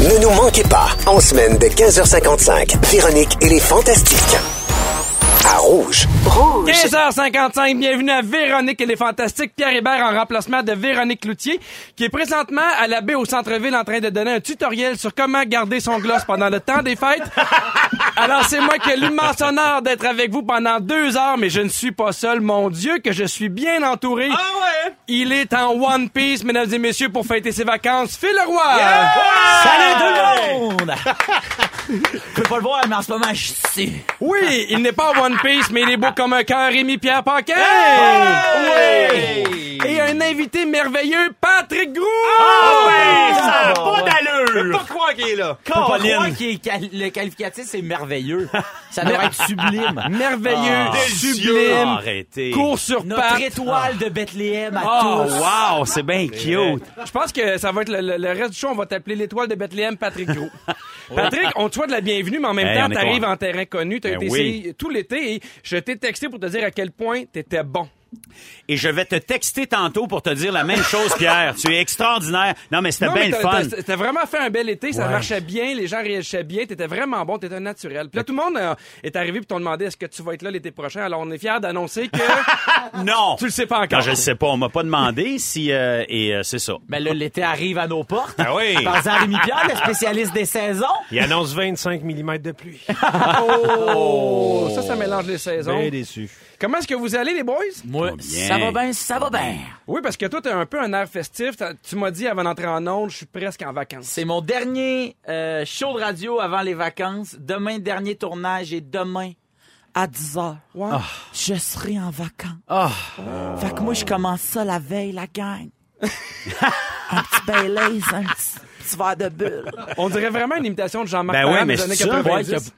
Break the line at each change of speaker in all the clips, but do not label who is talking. Ne nous manquez pas, en semaine de 15h55, Véronique et les Fantastiques. À Rouge.
15h55, bienvenue à Véronique et les Fantastiques. Pierre Hébert en remplacement de Véronique Loutier, qui est présentement à la baie au centre-ville en train de donner un tutoriel sur comment garder son gloss pendant le temps des fêtes. Alors, c'est moi qui ai l'immense honneur d'être avec vous pendant deux heures, mais je ne suis pas seul. Mon Dieu, que je suis bien entouré. Il est en One Piece, mesdames et messieurs, pour fêter ses vacances. Phil Leroy!
Salut
Ah,
tout le monde! Je peux pas le voir, mais en ce moment, je suis ici.
Oui, il n'est pas en One Piece, mais il est beau comme un cœur, Rémi Pierre Paquet. Oui. Et un invité merveilleux, Patrick Groux.
Ça a pas d'allure!
Pourquoi qu'il est là?
Faut pas croire qu'il est cal- le qualificatif, c'est merveilleux. Ça devrait être sublime.
Merveilleux,
Délicieux.
sublime,
Ah, Arrêtez!
cours sur
Notre
pattes.
étoile de Bethléem à
Ah.
Oh,
tous.
Wow, c'est bien cute!
Je pense que ça va être le, le- le reste du show, on va t'appeler l'étoile de Bethléem Patrick Gros. Patrick, on te souhaite la bienvenue, mais en même
Hey,
temps,
on est
t'arrives
content.
en terrain connu, t'as
Ben
été
oui.
ici tout l'été et je t'ai texté pour te dire à quel point t'étais bon.
Et je vais te texter tantôt pour te dire la même chose, Pierre. tu es extraordinaire. Non, mais c'était
Non,
bien
mais
le
t'as-
fun.
t'as- T'as vraiment fait un bel été, ça
Ouais.
marchait bien, les gens réagissaient bien, t'étais vraiment bon, t'étais un naturel. Puis là, tout le monde euh, est arrivé puis t'ont demandé est-ce que tu vas être là l'été prochain. Alors, on est fiers d'annoncer que
Non!
tu le sais pas
Non,
encore. Ben
je le sais pas. On m'a pas demandé si... euh, et euh, c'est ça.
Mais là, l'été arrive à nos portes.
Ah oui.
Par Rémi Pierre, le spécialiste des saisons.
Il annonce 25 mm de pluie.
Oh, ça, ça mélange les saisons.
Ben,
Bien déçu.
Comment est-ce que vous allez, les boys?
Moi,
bien.
ça va bien, ça va bien.
Oui, parce que toi, t'as un peu un air festif. T'as- Tu m'as dit avant d'entrer en onde, je suis presque en vacances.
C'est mon dernier euh, show de radio avant les vacances. Demain, dernier tournage et demain, à Ah. 10h,
Ouais.
je serai en vacances.
Ah.
Fait que moi, je commence ça la veille, la gang. un petit Baileys, un petit, petit verre de bulle.
On dirait vraiment une imitation de Jean-Marc
Ben
Parent
ouais, mais
des années
c'est ça.
90.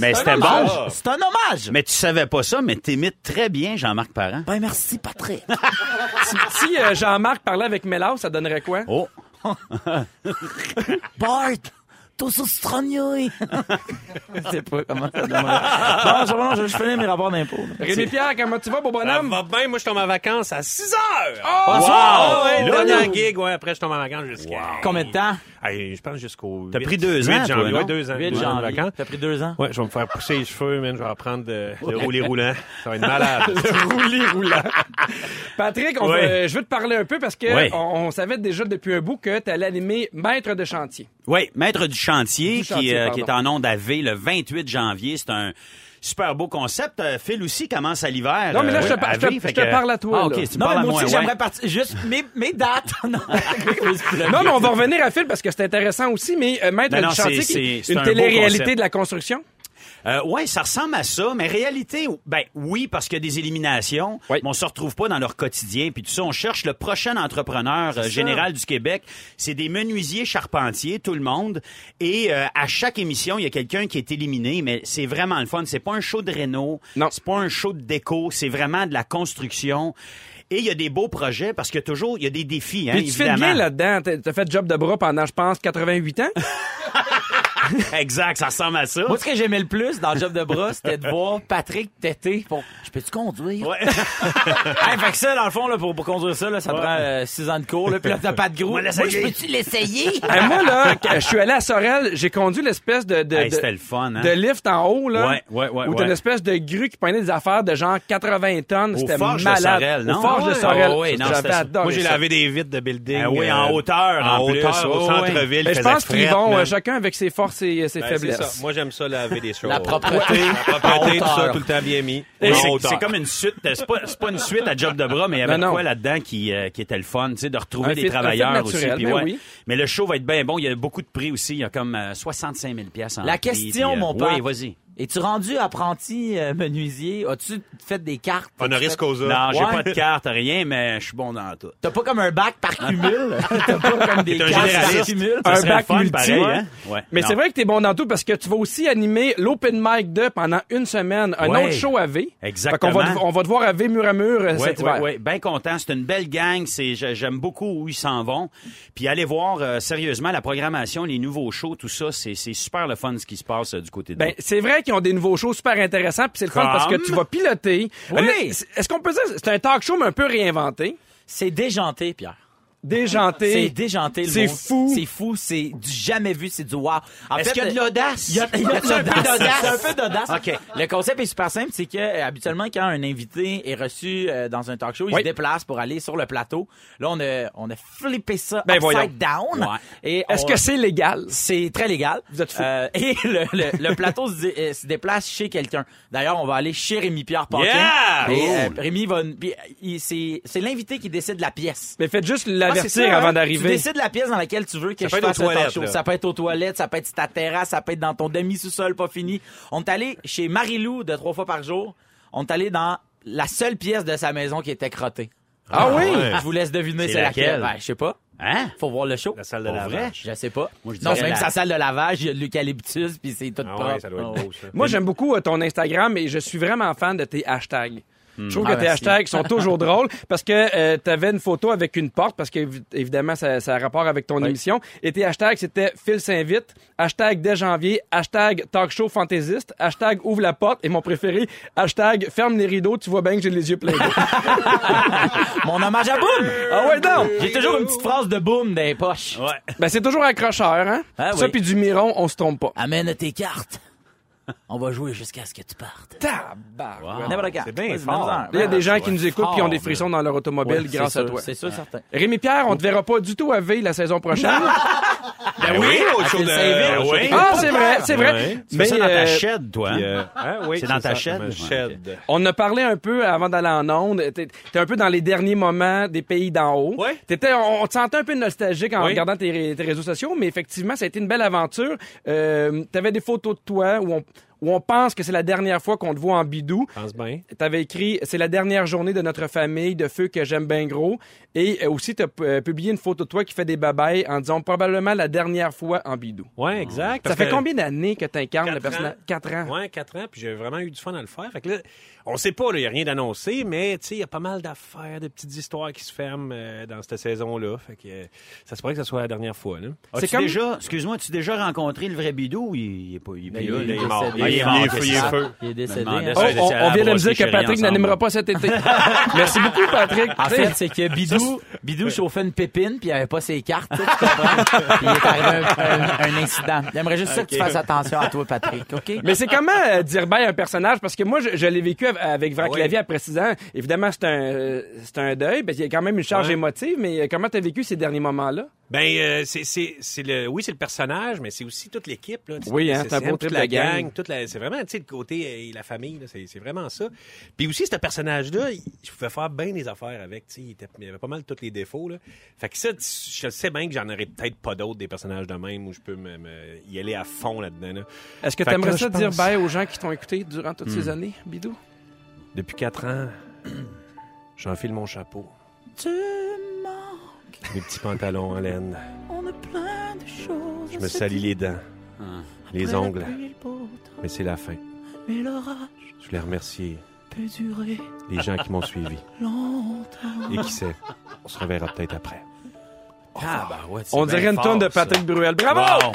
Mais c'était
hommage.
bon.
C'est un hommage.
Mais tu savais pas ça, mais t'imites très bien Jean-Marc Parent.
Ben merci, Patrick.
Si euh, Jean-Marc parlait avec Mélan, ça donnerait quoi?
Oh!
Bart, tout ça c'est trop nul. Je sais pas comment ça demande. Bon, c'est bon, je, je finis mes rapports d'impôts. là.
Rémi-Pierre, comment tu vas, beau
Ça
bonhomme?
Ah, va bien, moi je tombe en vacances à 6 heures!
Oh,
Ah ouais,
Là,
dernière gig, ouais, après je tombe en vacances jusqu'à.
Combien de temps?
Hey, je pense jusqu'au.
T'as
8,
pris deux
8
ans, toi,
janvier.
non?
Ouais, deux ans.
8
deux ans de
janvier.
vacances.
T'as pris deux ans?
Ouais, je vais me faire pousser les cheveux, man. Je vais apprendre de, de rouler roulant. Ça va être malade.
roulis roulant. Patrick, on
Ouais.
va- je veux te parler un peu parce que
Ouais.
on, on savait déjà depuis un bout que tu allais animer Maître de chantier.
Oui, Maître du chantier,
Du
qui,
chantier,
euh,
pardon.
qui est en onde à V le 28 janvier. C'est un super beau concept. Euh, Phil aussi commence à l'hiver.
Non, mais là,
euh,
je te par-
à
je te-
V, fait
je te
que-
parle à toi, là.
Ah, OK, tu me
Non,
parles
mais
à
moi
moi,
aussi,
ouais.
j'aimerais partir. Juste mes, mes dates. Non,
Non, mais on va revenir à Phil parce que c'est intéressant aussi, mais euh, Maître
Ah. Ben Non, non,
du chantier,
c'est-
qui est
c'est- c'est
une
un beau
télé-réalité
concept.
de la construction.
Euh, ouais, ça ressemble à ça, mais réalité, ben oui, parce qu'il y a des éliminations,
Oui.
mais on se retrouve pas dans leur quotidien, puis tout ça, on cherche le prochain entrepreneur euh, général du Québec. C'est des menuisiers, charpentiers, tout le monde, et euh, à chaque émission, il y a quelqu'un qui est éliminé, mais c'est vraiment le fun. C'est pas un show de réno,
Non.
c'est pas un show de déco, c'est vraiment de la construction. Et il y a des beaux projets parce que toujours il y a des défis, hein,
Puis tu fais
évidemment.
bien là-dedans. T'as- T'as fait job de bras pendant, je pense, 88 ans.
exact, ça ressemble à ça.
Moi, ce que j'aimais le plus dans le job de bras, c'était de voir Patrick têter pour Je peux-tu conduire?
Ouais.
hey, fait que ça, dans le fond, là, pour, pour conduire ça, là, ça prend 6 euh, ans de cours. Là, puis là, t'as pas de gros.
Moi, l'essayer.
je peux-tu l'essayer?
Et moi, là, que- je suis allé à Sorel, j'ai conduit l'espèce de, de,
Hey,
de-
c'était le fun, hein?
de lift en haut, là.
Ouais, ouais, ouais,
Où t'as
ouais.
une espèce de grue qui prenait des affaires de genre 80 tonnes.
Au
C'était
Forge
malade.
de Sorel, non?
Au Forge de
Ouais.
Sorel. Ah,
Oh, ouais, non,
J'avais
c'était ça.
adoré
moi j'ai
ça.
lavé des vitres de building.
Ah oui, en
euh,
hauteur, en,
en hauteur,
plus, Oh,
au
ouais, ouais.
centre-ville.
Mais je
faisait
pense qu'ils
frette,
vont euh,
man.
chacun avec ses forces et euh, ses
Ben, c'est
faiblesses.
ça. Moi j'aime ça laver des choses.
La propreté.
La propreté,
En
tout ça,
hauteur.
tout le temps bien mis.
Et
En
c'est-
hauteur.
C'est comme une suite. euh, C'est pas, c'est pas une suite à job de bras, mais il y avait
Non,
de quoi
non.
là-dedans qui, euh, qui était le fun, tu sais, de retrouver
Un
des
fit- un fit
travailleurs aussi.
naturel,
puis
ben
ouais.
oui.
Mais le show va être bien bon. Il y a beaucoup de prix aussi. Il y a comme euh, 65 000 pièces.
La question, mon père.
Oui, vas-y.
Es-tu rendu apprenti euh, menuisier? As-tu fait des cartes?
Honoris causa.
Non, j'ai
Ouais.
pas de carte, rien, mais je suis bon dans tout.
T'as pas comme un bac par cumul? T'as pas comme des
T'es un
cartes par
généraliste.
cumul?
Ça
Un
serait
bac
fun,
multi.
pareil, hein? Ouais.
Mais
Non.
c'est vrai que t'es bon dans tout parce que tu vas aussi animer l'open mic de pendant une semaine, un
Ouais.
autre show à V.
Exactement.
Fait qu'on va, te- on va te voir à V mur à mur euh,
Oui,
cet hiver.
bien content. C'est une belle gang. C'est, j'a- j'aime beaucoup où ils s'en vont. Puis allez voir euh, sérieusement la programmation, les nouveaux shows, tout ça. C'est, c'est super le fun ce qui se passe euh, du côté de
Ben, c'est vrai qu'ils ont des nouveaux shows super intéressants, puis c'est le fun
Comme?
parce que tu vas piloter.
Oui.
Euh, c'est- Est-ce qu'on peut dire c'est un talk show mais un peu réinventé,
C'est déjanté, Pierre. C'est
déjanté.
déjanté, le
C'est
mot.
fou.
C'est fou. C'est du jamais vu. C'est du wow. En
Est-ce
fait,
qu'il y a de l'audace?
Il y a, il y a
Y a-t-il un
de
peu
l'audace.
d'audace?
C'est un peu d'audace.
OK.
Le concept est super simple, c'est que euh, habituellement quand un invité est reçu euh, dans un talk show, il
Oui.
se déplace pour aller sur le plateau. Là, on a on a flippé ça
Ben,
upside down.
Ouais.
Et
Est-ce
on-
que c'est légal
c'est très légal.
Vous êtes fous.
Euh, et le, le- le plateau se, dé- euh, se déplace chez quelqu'un. D'ailleurs, on va aller chez Rémi Pierre Pantin.
Yeah!
Et,
Cool.
euh, Rémi va nous- puis, euh, il- c'est c'est l'invité qui décide la pièce.
Mais faites juste
Ah, c'est
l'avertir
ça, hein?
avant
Tu
d'arriver.
décides la pièce dans laquelle tu veux que
Ça
je
peut être
fasse
aux
le talk
toilettes,
show.
là.
Ça peut être aux toilettes, ça peut être sur ta terrasse, ça peut être dans ton demi-sous-sol pas fini. On est allé chez Marie-Lou de trois fois par jour. On est allé dans la seule pièce de sa maison qui était crottée.
Ah oui,
ouais.
Je vous laisse deviner
C'est
c'est laquelle.
laquelle?
Ben, je sais pas.
Hein?
Faut voir le show. Eh,
La salle de
Pour vrai?
lavage.
Je sais pas.
Moi, je
non,
dirais
même
la-
sa salle de lavage, il y a de l'eucalyptus, puis c'est tout
Ah
propre.
ouais, ça doit être beau, ça.
Moi, j'aime beaucoup euh, ton Instagram et je suis vraiment fan de tes hashtags. Je trouve que
Ah,
tes
merci.
hashtags sont toujours drôles parce que tu avais une photo avec une porte, parce que évi- évidemment, ça, ça a rapport avec ton émission. Et tes hashtags, c'était Phil s'invite, hashtag dès janvier, hashtag talk show fantaisiste, hashtag ouvre la porte et mon préféré, hashtag ferme les rideaux, tu vois bien que j'ai les yeux pleins. d'eau.
Mon hommage à Boom!
ah ouais, donc!
J'ai toujours une petite phrase de Boom dans les poches.
Ouais.
Ben, c'est toujours accrocheur, hein?
Ah
Ça,
oui.
puis du miron, on se trompe pas.
Amène tes cartes. On va jouer jusqu'à ce que tu partes.
Tabarnak!
N'importe quand.
c'est bien
Vas-y,
fort.
donne-en.
Ben
Il y a des gens
Ouais.
qui nous écoutent
Fort,
qui ont des frissons dans leur automobile
Ouais,
grâce
c'est
à
sûr,
toi.
C'est sûr, certain.
Rémi Pierre, on te verra pas du tout à V la saison prochaine.
Ben oui, autre chose de...
Saint-Vite,
Ben oui.
ah, c'est vrai, c'est vrai.
Ouais.
Tu fais ça dans ta
euh,
shed, toi. hein?
Hein, oui,
C'est dans ta
ça,
chaîne?
ma chaîne.
on a parlé un peu avant d'aller en onde. T'es t'es un peu dans les derniers moments des pays d'en haut.
Ouais.
T'étais, on, on te sentait un peu nostalgique en
Oui.
regardant tes, ré- tes réseaux sociaux, mais effectivement, ça a été une belle aventure. Euh, T'avais des photos de toi où on, où on pense que c'est la dernière fois qu'on te voit en bidou.
Pense bien.
T'avais écrit C'est la dernière journée de notre famille de feu que j'aime bien gros. Et euh, aussi, t'as euh, publié une photo de toi qui fait des babayes en disant probablement la dernière fois en bidou.
Ouais, exact.
Ça
parce
fait
que-
combien d'années que t'incarnes le
Quatre
personnage?
ans.
Quatre ans.
Ouais, quatre ans, puis j'ai vraiment eu du fun à le faire. Fait que là, on sait pas, il n'y a rien d'annoncé, mais tu sais, il y a pas mal d'affaires, de petites histoires qui se ferment euh, dans cette saison-là. Fait que euh, ça se pourrait que ce soit la dernière fois. Là.
As-tu
C'est comme-
déjà, excuse-moi, as-tu déjà rencontré le vrai bidou? Il, il est pas, il est plus là,
il est
là.
mort.
Ah,
Il est-
mort,
il est
ok,
fou,
c'est
il est
ça.
feu.
Il est décédé.
demandais
hein.
Oh,
ça.
on, on vient de me
Brosser
dire que
chérie
Patrick
ensemble.
n'animera pas cet été. Merci beaucoup, Patrick.
En fait, c'est que Bidou, Bidou chauffait une pépine puis il avait pas ses cartes, tu comprends? Puis il est arrivé un, un- un incident. J'aimerais juste ça que tu fasses attention à toi, Patrick, OK?
Mais c'est comment euh, dire bye à un personnage? Parce que moi, je, je l'ai vécu av- avec Vrac Lavier après 6 ans. Évidemment, c'est un, euh, c'est un deuil. parce qu'il y a quand même une charge
Ouais.
émotive, mais euh, comment t'as vécu ces derniers moments-là?
Ben, euh, c'est- c'est c'est le, oui, c'est le personnage, mais c'est aussi toute l'équipe. là. Tu sais,
Oui, hein,
c'est
t'as un beau
toute
trip de
la
gang.
toute la- C'est vraiment, tu sais, le côté, euh, la famille, là, c'est c'est vraiment ça. Puis aussi, ce personnage-là, il- je pouvais faire bien des affaires avec. tu sais, Il, était- il avait pas mal tous les défauts. Là. Fait que ça, tu- je sais bien que j'en aurais peut-être pas d'autres, des personnages de même, où je peux me, me- y aller à fond là-dedans. là.
Est-ce que
Fait
t'aimerais
que
ça
je
dire
pense-
bye aux gens qui t'ont écouté durant toutes ces années, Bidou?
Depuis quatre ans, j'enfile mon chapeau,
Tu mens,
mes petits pantalons en laine.
on a plein de choses.
Je me salis les dents, les ongles, mais c'est la fin.
Mais l'orage
Je voulais remercier
peut durer
les gens qui m'ont suivi.
longtemps.
Et qui sait, on se reverra peut-être après.
Ah, bah ouais, c'est
On
bien
dirait une
fort,
tonne de
ça.
Patrick Bruel. Bravo!
Wow!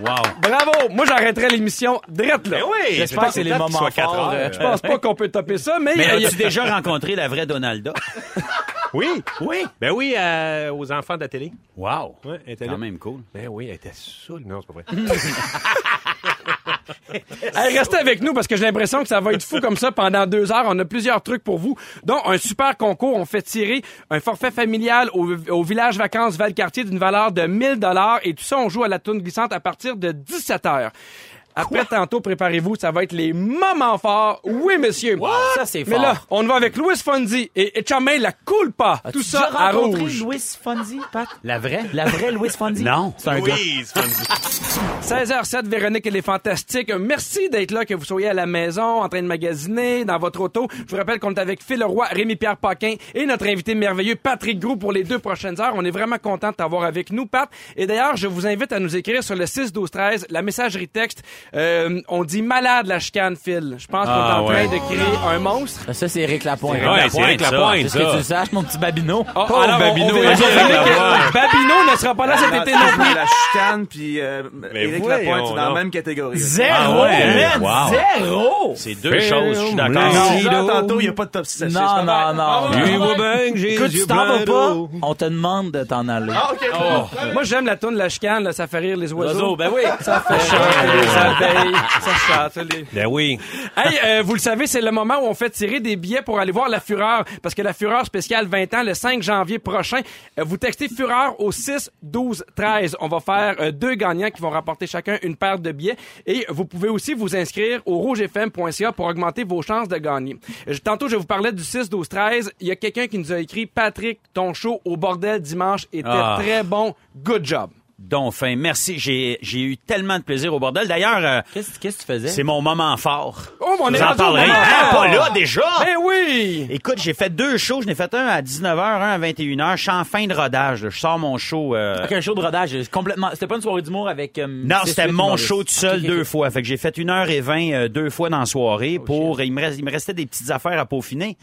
Wow!
Bravo! Moi, j'arrêtais l'émission direct là.
oui!
J'espère que c'est les moments forts. euh,
Je pense pas qu'on peut taper ça, mais...
Mais
euh, y a-
as-tu déjà rencontré la vraie Donalda?
Oui, oui. Ben oui, euh, aux enfants de la télé.
Wow!
Ouais, elle était là.
Quand même cool.
Ben oui, elle était saoule. Non, c'est pas vrai.
Hey, restez avec nous parce que j'ai l'impression que ça va être fou comme ça pendant deux heures. On a plusieurs trucs pour vous, dont un super concours. On fait tirer un forfait familial au, au village vacances Valcartier d'une valeur de 1000 dollars et tout ça, on joue à la toune glissante à partir de 17 heures. Après, tantôt, préparez-vous, ça va être les moments forts. Oui, monsieur.
Ça, c'est
Mais
fort.
là, on va avec Louis Fonzi et Etchamé la culpa.
As-tu
Tout ça
déjà
à
rencontré
rouge.
Louis Fonzi, Pat?
La vraie?
La vraie Louis Fonzi?
Non.
C'est un gars.
Oui, c'est fun.
16h07, Véronique, elle est fantastique. Merci d'être là, que vous soyez à la maison, en train de magasiner, dans votre auto. Je vous rappelle qu'on est avec Phil Roy, Rémi-Pierre Paquin et notre invité merveilleux Patrick Gros pour les deux prochaines heures. On est vraiment content de t'avoir avec nous, Pat. Et d'ailleurs, je vous invite à nous écrire sur le 6-12-13, la messagerie texte. Euh, on dit malade la chicane, Phil. Je pense qu'on est en train
ouais.
de créer un monstre.
Ça, c'est Eric Lapointe.
Éric
Ouais, c'est Eric
Lapointe, ça.
Lapointe,
Juste que tu
ça.
le saches, mon petit Babino.
Oh,
Pauvre
alors, on- on
Babino,
verra
Eric
bien que
Lapointe.
Babino ne sera pas là cet été non plus.
La chicane, puis euh,
Mais
Éric
voyons
Lapointe, c'est dans
donc.
la même catégorie.
Zéro,
Ah ouais,
man,
wow.
zéro!
C'est deux choses, je suis d'accord.
Non,
Si, là.
tantôt, il n'y a pas de top 6.
Non, non, non.
Oui, oui,
Écoute, tu t'en vas pas, on te demande de t'en aller.
Moi, j'aime la toune La Chicane, là, ça fait rire les oiseaux.
L'oiseau, ben oui.
Ça fait chanter, ça
Euh.
veille, ça chante. les-
Ah. Ben oui.
Hey, euh, vous le savez, c'est le moment où on fait tirer des billets pour aller voir La Fureur, parce que La Fureur spéciale 20 ans, le 5 janvier prochain. Euh, vous textez Fureur au 6 12 13. On va faire euh, deux gagnants qui vont rapporter chacun une paire de billets. Et vous pouvez aussi vous inscrire au rougefm.ca pour augmenter vos chances de gagner. Euh, Tantôt, je vous parlais du 6 12 13. Il y a quelqu'un qui nous a écrit « Patrick, ton show au bordel dimanche était
Ah.
très bon. Good job. »
Donfin, merci. J'ai j'ai eu tellement de plaisir au bordel. D'ailleurs, euh,
Qu'est-ce qu'est-ce que tu faisais?
c'est mon moment fort.
Oh, mais on
Je
est
vous en
rendu au
parlerai.
moment
Ah,
fort.
pas là déjà!
Ben oui!
Écoute, j'ai fait deux shows. J'en ai fait un à 19h, un à 21h. Je suis en fin de rodage. là. Je sors mon show. euh,
Avec un show de rodage, euh, complètement. C'était pas une soirée d'humour avec. euh,
Non,
six,
c'était
huit
mon
humoristes.
show tout seul
Ok, ok,
deux
ok. Oh,
fois. Fait que j'ai fait une heure et vingt euh, deux fois dans la soirée pour. Il me, reste- il me restait des petites affaires à peaufiner.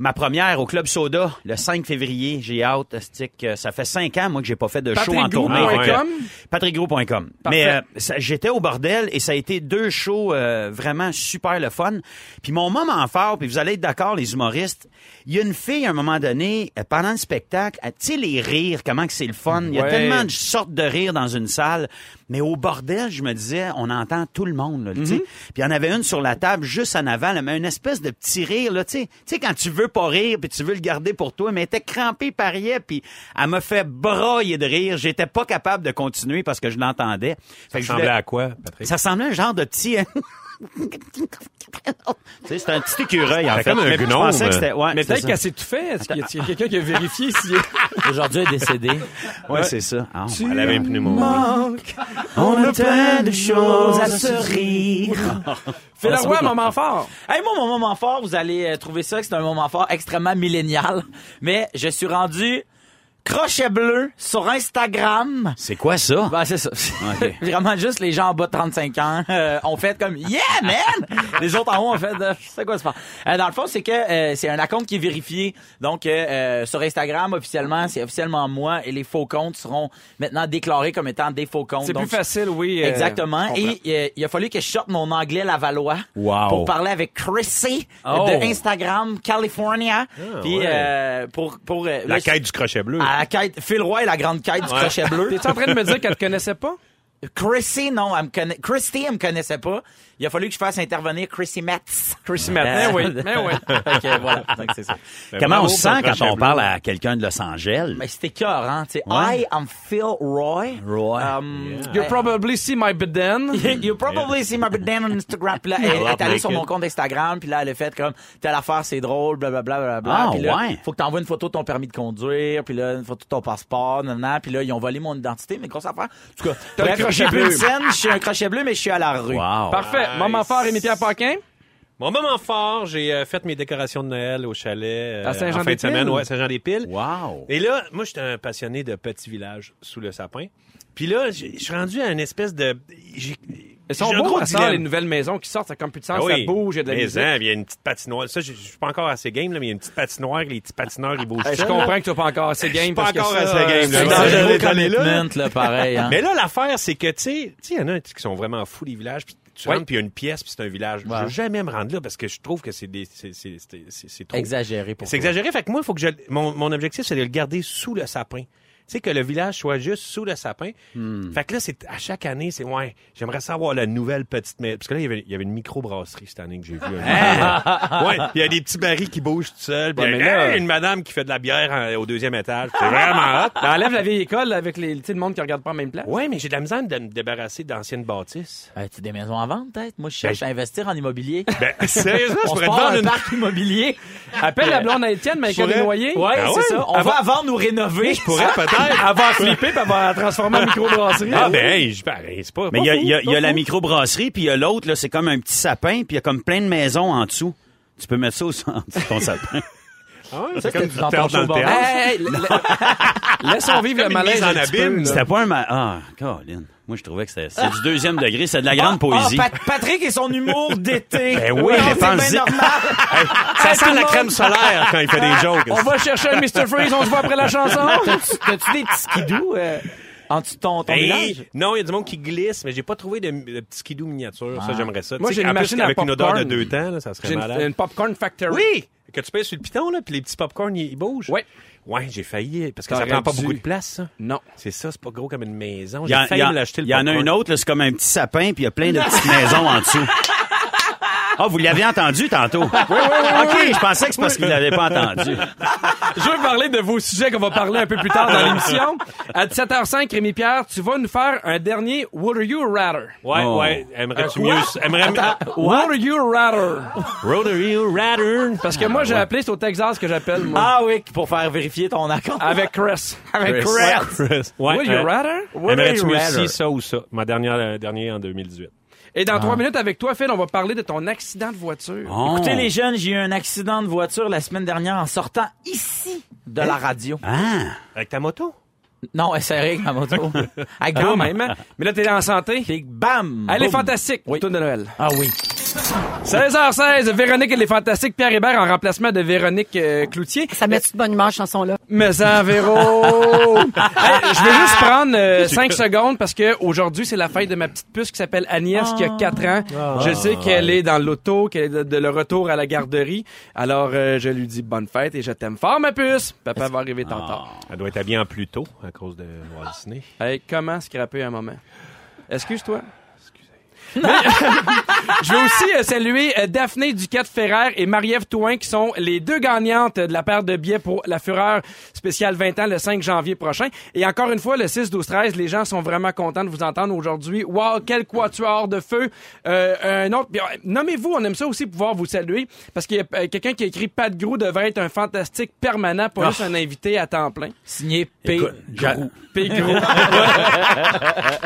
Ma première au Club Soda, le 5 février. J'ai hâte, stick. Euh, Ça fait cinq ans, moi, que j'ai pas fait de show en tournée.
Patrickgros.com.
Fait que- patrickgros.com. Mais euh, ça- j'étais au bordel et ça a été deux shows euh, vraiment super le fun. Puis mon moment fort, puis vous allez être d'accord, les humoristes, il y a une fille, à un moment donné, euh, pendant le spectacle, elle- tu sais, les rires, comment que c'est le fun. Il y a
Ouais.
tellement de sortes de rires dans une salle. Mais au bordel, je me disais, on entend tout le monde. Là, tu sais. Puis il y en avait une sur la table juste en avant, là, mais une espèce de petit rire. Là, tu sais. Tu sais, quand tu veux pas rire, puis tu veux le garder pour toi, mais elle était crampée, pariait, puis elle me fait brailler de rire. J'étais pas capable de continuer parce que je l'entendais. Fait que je
Semblait
voulais-
à quoi, Patrick?
ça ressemblait à un genre de petit... euh, Tu sais, c'est un petit écureuil, en
C'était
fait.
comme un
mais je
gnome.
pensais que c'était... Ouais,
Mais
c'est
peut-être
ça.
qu'elle s'est tout fait. Est-ce qu'il y a- il y a quelqu'un qui a vérifié si.
Aujourd'hui, elle est décédée.
Ouais, c'est ça. Ah,
Elle avait une pneumonie.
On a plein de choses à se rire.
Fais la roi, moment fort.
Hey, moi, mon moment fort, vous allez euh, trouver ça que c'est un moment fort extrêmement millénial. Mais je suis rendu crochet bleu sur Instagram.
C'est quoi ça?
Ben, c'est ça. Vraiment juste les gens en bas de 35 ans euh, ont fait comme Yeah, man! les autres en haut ont fait euh, c'est quoi ce pas. Euh, dans le fond, c'est que euh, c'est un compte qui est vérifié. Donc euh, euh, sur Instagram, officiellement, c'est officiellement moi et les faux comptes seront maintenant déclarés comme étant des faux comptes.
C'est
Donc,
plus facile, oui. euh,
Exactement.
je comprends.
Et euh, il a fallu que je sorte mon anglais Lavallois
Wow.
pour parler avec Chrissy
Oh.
de Instagram California.
Ah,
Puis
ouais.
euh, pour pour euh, là,
La quête du crochet bleu.
à la quête Phil Roy et la grande quête du crochet bleu.
T'es en train de me dire qu'elle te connaissait pas?
Chrissy, non, elle me conna- Christy, elle me connaissait pas. Il a fallu que je fasse intervenir Chrissy Metz.
Chrissy
Euh,
Matt. Mais Ben oui, mais oui.
Fait que voilà. Donc, c'est ça.
Ben,
Comment
bravo
on se sent
pour le
quand
crochet
on
bleu.
parle à quelqu'un de Los Angeles?
Mais c'était cœur, hein. tu sais.
Ouais.
I am Phil Roy.
Roy.
Um,
You probably see my beden.
You- You probably see my birthday on Instagram. Puis là, elle est allée sur
naked.
mon compte Instagram. Puis là, elle a fait comme telle affaire, c'est drôle, blablabla. Bla, bla, bla.
Ah,
puis là,
ouais.
faut que t'envoies une photo de ton permis de conduire. Puis là, une photo de ton passeport. nan, nan. Puis là, ils ont volé mon identité. Mais grosse affaire. En tout cas,
un
bref,
crochet
j'ai plus
bleu.
une scène. Je suis un crochet bleu, mais je suis à la rue.
Wow.
Parfait.
Nice.
Moment fort, Rémi-Pierre Paquin.
Mon moment fort, j'ai euh, fait mes décorations de Noël au chalet euh,
À Saint-Jean-des-Piles?
en fin de semaine, ouais, Saint-Jean-des-Piles.
Wow.
Et là, moi, j'étais un passionné de petits villages sous le sapin. Puis là, j'ai- je suis rendu à une espèce de. j'ai-
Ils sont
j'ai un
beaux,
gros
à ça,
dilemme.
les nouvelles maisons qui sortent, ça a comme plus de sens,
Ah oui.
ça bouge, il y a de la
mais
musique.
hein, il y a une petite patinoire. Ça, je je suis pas encore assez game, là, mais il y a une petite patinoire, les petits patineurs, ils bougent.
Hey, Ben, Je
seuls,
comprends
là.
que tu pas encore assez game.
suis pas
parce que
encore
ça,
assez
euh,
game,
C'est
là.
c'est-
dangereux
J'allais aller là.
commitment, là, pareil. Hein.
Mais là, l'affaire, c'est que, tu sais, tu sais, il y en a tu sais, qui sont vraiment fous, les villages. Puis tu
Ouais.
rentres, puis il y a une pièce, puis c'est un village. Je veux jamais me rendre là parce que je trouve que c'est des. c'est- c'est- C'est c'est- c'est trop.
Exagéré pour
C'est
toi.
exagéré. Fait que moi, faut que je... mon, mon objectif, c'est de le garder sous le sapin. sais, que le village soit juste sous le sapin.
Hmm.
Fait que là, c'est à chaque année, c'est ouais, j'aimerais savoir la nouvelle petite maison. Parce que là, il y avait, il y avait une microbrasserie cette année que j'ai vue. ouais, il y a des petits barils qui bougent tout seuls. puis
Ouais,
il y
Hein? Ben, mais là-
a hey, une madame qui fait de la bière en- au deuxième étage. C'est vraiment hot.
Ben, enlève la vieille école là, avec les, tu sais, le monde qui regarde pas en même place.
Ouais, mais j'ai de la misère de me débarrasser d'anciennes bâtisses.
Euh, tu as des maisons à vendre, peut-être? Moi, je cherche à investir en immobilier.
Ben, sérieusement, je
On se
pourrais te
part
vendre
un
une
parc immobilier.
Appelle la blonde à Étienne, mais avec
Pourrais-
des noyers. Ben
Ouais,
Ah ouais?
c'est ça. On
Ah
va avant nous rénover.
Je pourrais peut-être.
Ah. Elle va flipper puis elle va la transformer en microbrasserie.
Ah ben, hey, je ben, c'est pas.
Mais il y a,
fou,
il y a- il y a
pas
la
fou.
microbrasserie, puis il y a l'autre, là, c'est comme un petit sapin, puis il y a comme plein de maisons en dessous. Tu peux mettre ça au centre de ton sapin.
c'est
c'était dans ton
théâtre
show
le
bordel.
théâtre.
Hey, hey, la- Laissons vivre le
hein? Comme une
malaise
mise en
un petit peu,
abîme,
là.
C'était pas un... ma- Ah, Colin. Moi, je trouvais que c'était c'est du deuxième degré. C'est de la grande poésie.
Ah, Pat- Patrick et son humour d'été. Ah,
Ben oui, mais
c'est bien
pense-y.
normal.
Ça sent la crème solaire quand il fait des jokes.
On va chercher un Mr. Freeze, on se voit après la chanson.
T'as-tu t'as-tu des petits skidous euh, en dessous de ton, ton
Hey,
village?
non, il y a du monde qui glisse, mais j'ai pas trouvé de, de petit skidoo miniature. Ça, j'aimerais ça.
Moi,
Tu sais,
j'ai
en
une
plus,
machine à
Avec une odeur de
popcorn.
deux temps, là, ça serait
J'ai une,
malade.
une popcorn factory.
Oui! Que tu pèses sur le piton, là, puis les petits popcorn, ils ils bougent.
Ouais.
Ouais, j'ai failli. Parce que ça
T'aurais
prend pas
dû.
beaucoup de place, ça.
Non.
C'est ça, c'est pas gros comme une maison.
Il y,
J'ai
en- il
failli
y en-
me l'acheter le
il y en a
popcorn.
une autre, là, c'est comme un petit sapin, puis il y a plein de petites maisons en dessous. Ah, vous l'avez entendu tantôt. Oui, oui, OK, je pensais que c'est parce qu'il l'avait pas entendu.
Je veux parler de vos sujets qu'on va parler un peu plus tard dans l'émission. À 17h05, Rémi Pierre, tu vas nous faire un dernier Would You Rather.
Ouais,
Oh.
ouais. Aimerais-tu mieux. Aimerais Ah,
Would You Rather.
Rotary Ratter.
Parce que moi, j'ai appelé, c'est au Texas que j'appelle, moi.
Ah oui, pour faire vérifier ton accord.
Avec Chris.
Ah. Avec Chris.
Chris. Ouais,
Would You
euh,
Rather?
Aimerais-tu
Would you
mieux
rather?
si, ça ou ça? Ma dernière, euh, dernière en 2018.
Et dans
Ah.
trois minutes avec toi, Phil, on va parler de ton accident de voiture.
Oh.
Écoutez les jeunes, j'ai eu un accident de voiture la semaine dernière en sortant ici de la radio.
Ah,
Avec ta moto?
Non, elle s'est règle ma moto. Avec
Quand
boum.
même. hein? Mais là, t'es en santé.
Puis bam.
Elle est
boum.
fantastique.
ah. Oui.
Tourne de Noël.
Ah oui.
16h16, Véronique et les Fantastiques, Pierre Hébert en remplacement de Vérionique euh, Cloutier.
Ça met toute bonne humeur, cette chanson-là.
Mais ça, Véro! Hey, je vais juste prendre 5 secondes parce que aujourd'hui c'est la fête de ma petite puce qui s'appelle Agnès, qui a 4 ans. Je sais qu'elle est dans l'auto, qu'elle est de, de le retour à la garderie. Alors, euh, je lui dis bonne fête et je t'aime fort, ma puce! Papa va arriver tantôt.
Elle doit être habillée en plus tôt à cause de Walt Disney.
Hey, comment scraper un moment? Excuse-toi. Mais- je veux aussi euh, saluer euh, Daphné Duquette-Ferrer et Marie-Ève Touin qui sont les deux gagnantes de la paire de billets pour la Fureur spéciale 20 ans le 5 janvier prochain. Et encore une fois, le 6, 12, 13, les gens sont vraiment contents de vous entendre aujourd'hui. Wow, quel quatuor de feu! Euh, un autre, puis, euh, nommez-vous, on aime ça aussi pouvoir vous saluer parce qu'il y a euh, quelqu'un qui a écrit Pat Grou devrait être un fantastique permanent, pas juste un invité à temps plein.
Signé P.
Écoute, j'a-
P. Gros.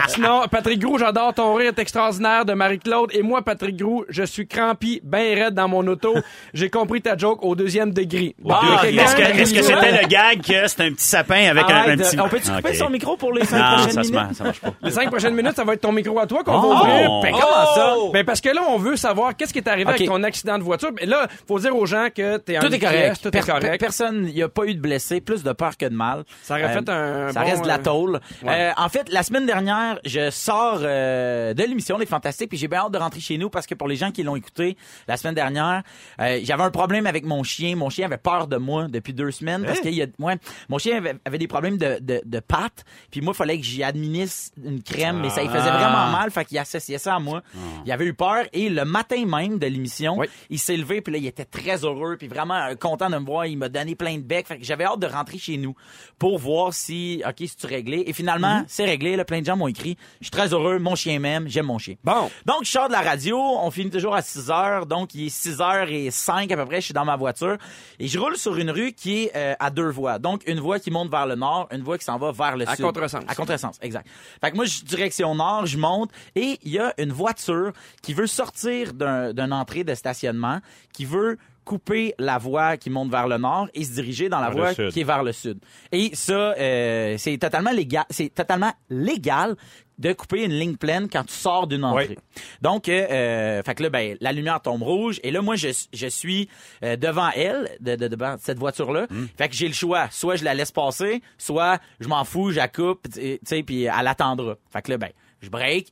Sinon, Patrick Gros, j'adore ton rire t'es extraordinaire de Marie-Claude. Et moi, Patrick Gros, je suis crampi, ben raide dans mon auto. J'ai compris ta joke au deuxième degré. Bon,
Ah,
quelqu'un-
est-ce que
Gang,
est-ce que
gang.
c'était le gag que c'était un petit sapin avec un- un,
Arrête,
petit...
On peut-tu couper
Ok.
son micro pour les cinq
Non,
prochaines
ça, se
minutes?
marche- ça marche pas.
Les Ah, cinq prochaines minutes, ça va être ton micro à toi qu'on
Oh!
va ouvrir.
Oh!
Ben, comment ça? Ben, parce que là, on veut savoir qu'est-ce qui est arrivé
Ok.
avec ton accident de voiture. Mais là, faut dire aux gens que t'es en
Tout est
détresse,
correct.
Tout
Per-
est correct.
per- Personne, il n'y a pas eu de blessé, plus de peur que de mal.
Ça aurait fait un
Ça
bon,
reste
euh,
de la tôle.
ouais.
Euh, en fait, la semaine dernière, je sors euh, de l'émission Les Fantastiques, puis j'ai bien hâte de rentrer chez nous parce que pour les gens qui l'ont écouté la semaine dernière, euh, j'avais un problème avec mon chien. Mon chien avait peur de moi depuis deux semaines
Hein?
parce qu'il y a, ouais, mon chien avait, avait des problèmes de, de, de pattes, puis moi, il fallait que j'y administre une crème, mais ça il
Ah.
faisait vraiment mal, fait qu'il associait ça à moi. Il avait eu peur et le matin même de l'émission,
Oui.
il s'est levé, puis là, il était très heureux, puis vraiment euh, content de me voir. Il m'a donné plein de becs. Fait que j'avais hâte de rentrer chez nous pour voir si, OK, si tu réglé. Et finalement,
Mhm.
c'est réglé. Là, plein de gens m'ont écrit. Je suis très heureux. Mon chien m'aime. J'aime mon chien.
Bon.
Donc, je sors de la radio. On finit toujours à 6 heures. Donc, il est 6 h et 5 à peu près. Je suis dans ma voiture. Et je roule sur une rue qui est euh, à deux voies. Donc, une voie qui monte vers le nord, une voie qui s'en va vers le
À
sud.
contresens.
À contresens, exact. Fait que moi, je suis direction nord, je monte et il y a une voiture qui veut sortir d'un- d'une entrée de stationnement, qui veut couper la voie qui monte vers le nord et se diriger dans la
Vers
voie
le sud.
qui est vers le sud. Et ça, euh, c'est totalement légal, c'est totalement légal de couper une ligne pleine quand tu sors d'une entrée.
Oui.
Donc, euh, euh, fait que là, ben, la lumière tombe rouge. Et là, moi, je, je suis euh, devant elle, de, de- devant cette voiture-là. Fait que j'ai le choix. Soit je la laisse passer, soit je m'en fous, je la coupe, tu sais, puis elle attendra. Fait que là, ben, je break,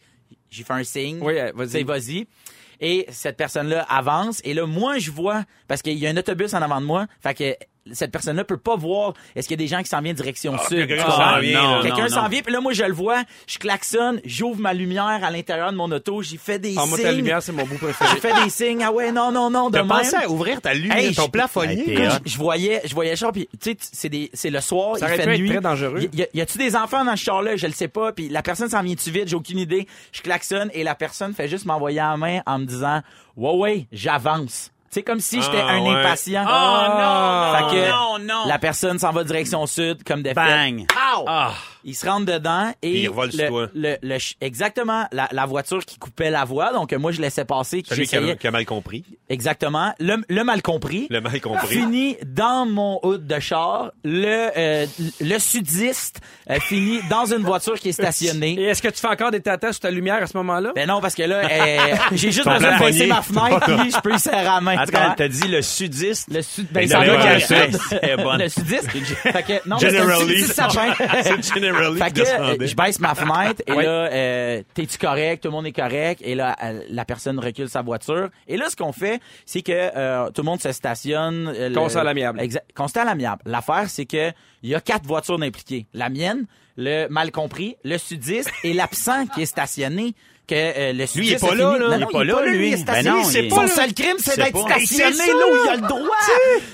j'ai fait un signe.
Oui, euh, vas-y.
Tu sais, vas-y. Et cette personne-là avance. Et là, moi, je vois, parce qu'il y a un autobus en avant de moi. Fait que cette personne-là peut pas voir est-ce qu'il y a des gens qui s'en viennent direction sud.
quelqu'un
tu
s'en
comprends?
vient, là.
Quelqu'un
Non,
s'en
non.
vient, puis là, moi, je le vois, je klaxonne, j'ouvre ma lumière à l'intérieur de mon auto, j'y fais des
En mode la
signes.
Ah, lumière, c'est mon bout préféré.
Je fais des signes, ah ouais, non, non, non, de
T'as
même.
pensé à ouvrir ta lumière,
Hey,
ton
je-
plafonnier?
Hey,
Écoute, je, je voyais, je voyais ça, puis tu sais, tu- c'est des, c'est le soir,
Ça
il
aurait
fait
pu être
nuit.
très dangereux.
Y, y a- y a-tu des enfants dans ce char-là Je le sais pas. Puis la personne s'en vient-tu vite J'ai aucune idée. Je klaxonne et la personne fait juste m'envoyer en main en me disant, ouais ouais, j'avance. C'est comme si j'étais
Ah,
un
ouais.
impatient.
Oh, non,
Fait que
non, non.
La personne s'en va direction sud comme des
Bang.
Ah!
il se rentre dedans et
il revole sur toi.
le, le- le ch- exactement la, la voiture qui coupait la voie donc euh, moi je laissais passer qui
Celui qui a,
j'essayais
qui a mal compris.
exactement le, le mal compris
Le mal compris.
Fini dans mon hood de char, le euh, le sudiste euh, finit dans une voiture qui est
Et
stationnée.
est-ce que tu fais encore des tatas sur ta lumière à ce moment-là?
Ben non parce que là euh, j'ai juste
Ton
besoin de
plafonnier.
baisser ma fenêtre puis je peux y serrer la main. tu
Attends,
comprends?
t'as dit le sudiste.
le sud ben
Ben,
c'est un
le
gars qui
gars,
achète.
c'est bon.
le sudiste. Fait que non mais c'est un petit- petit
Generally.
sapin.
C'est Generally
Fait
qui
que
descendait.
euh, je baisse ma fenêtre et là, euh, t'es-tu correct? Tout le monde est correct. Et là, euh, la personne recule sa voiture. Et là, ce qu'on fait, c'est que euh, tout le monde se stationne. euh, le-
Constat à l'amiable.
Exact. Constat à l'amiable. L'affaire, c'est que il y a quatre voitures impliquées. La mienne, le mal compris, le sudiste et l'absent qui est stationné. Que, euh, le sudiste
il est pas
a
là,
fini-
là.
Non,
Il est
non,
pas là, lui.
il est
Ben
stationné.
non, il est pas
Son
là.
seul crime, c'est
C'est
d'être
pas- Hey,
stationné
c'est ça.
là où il a le droit.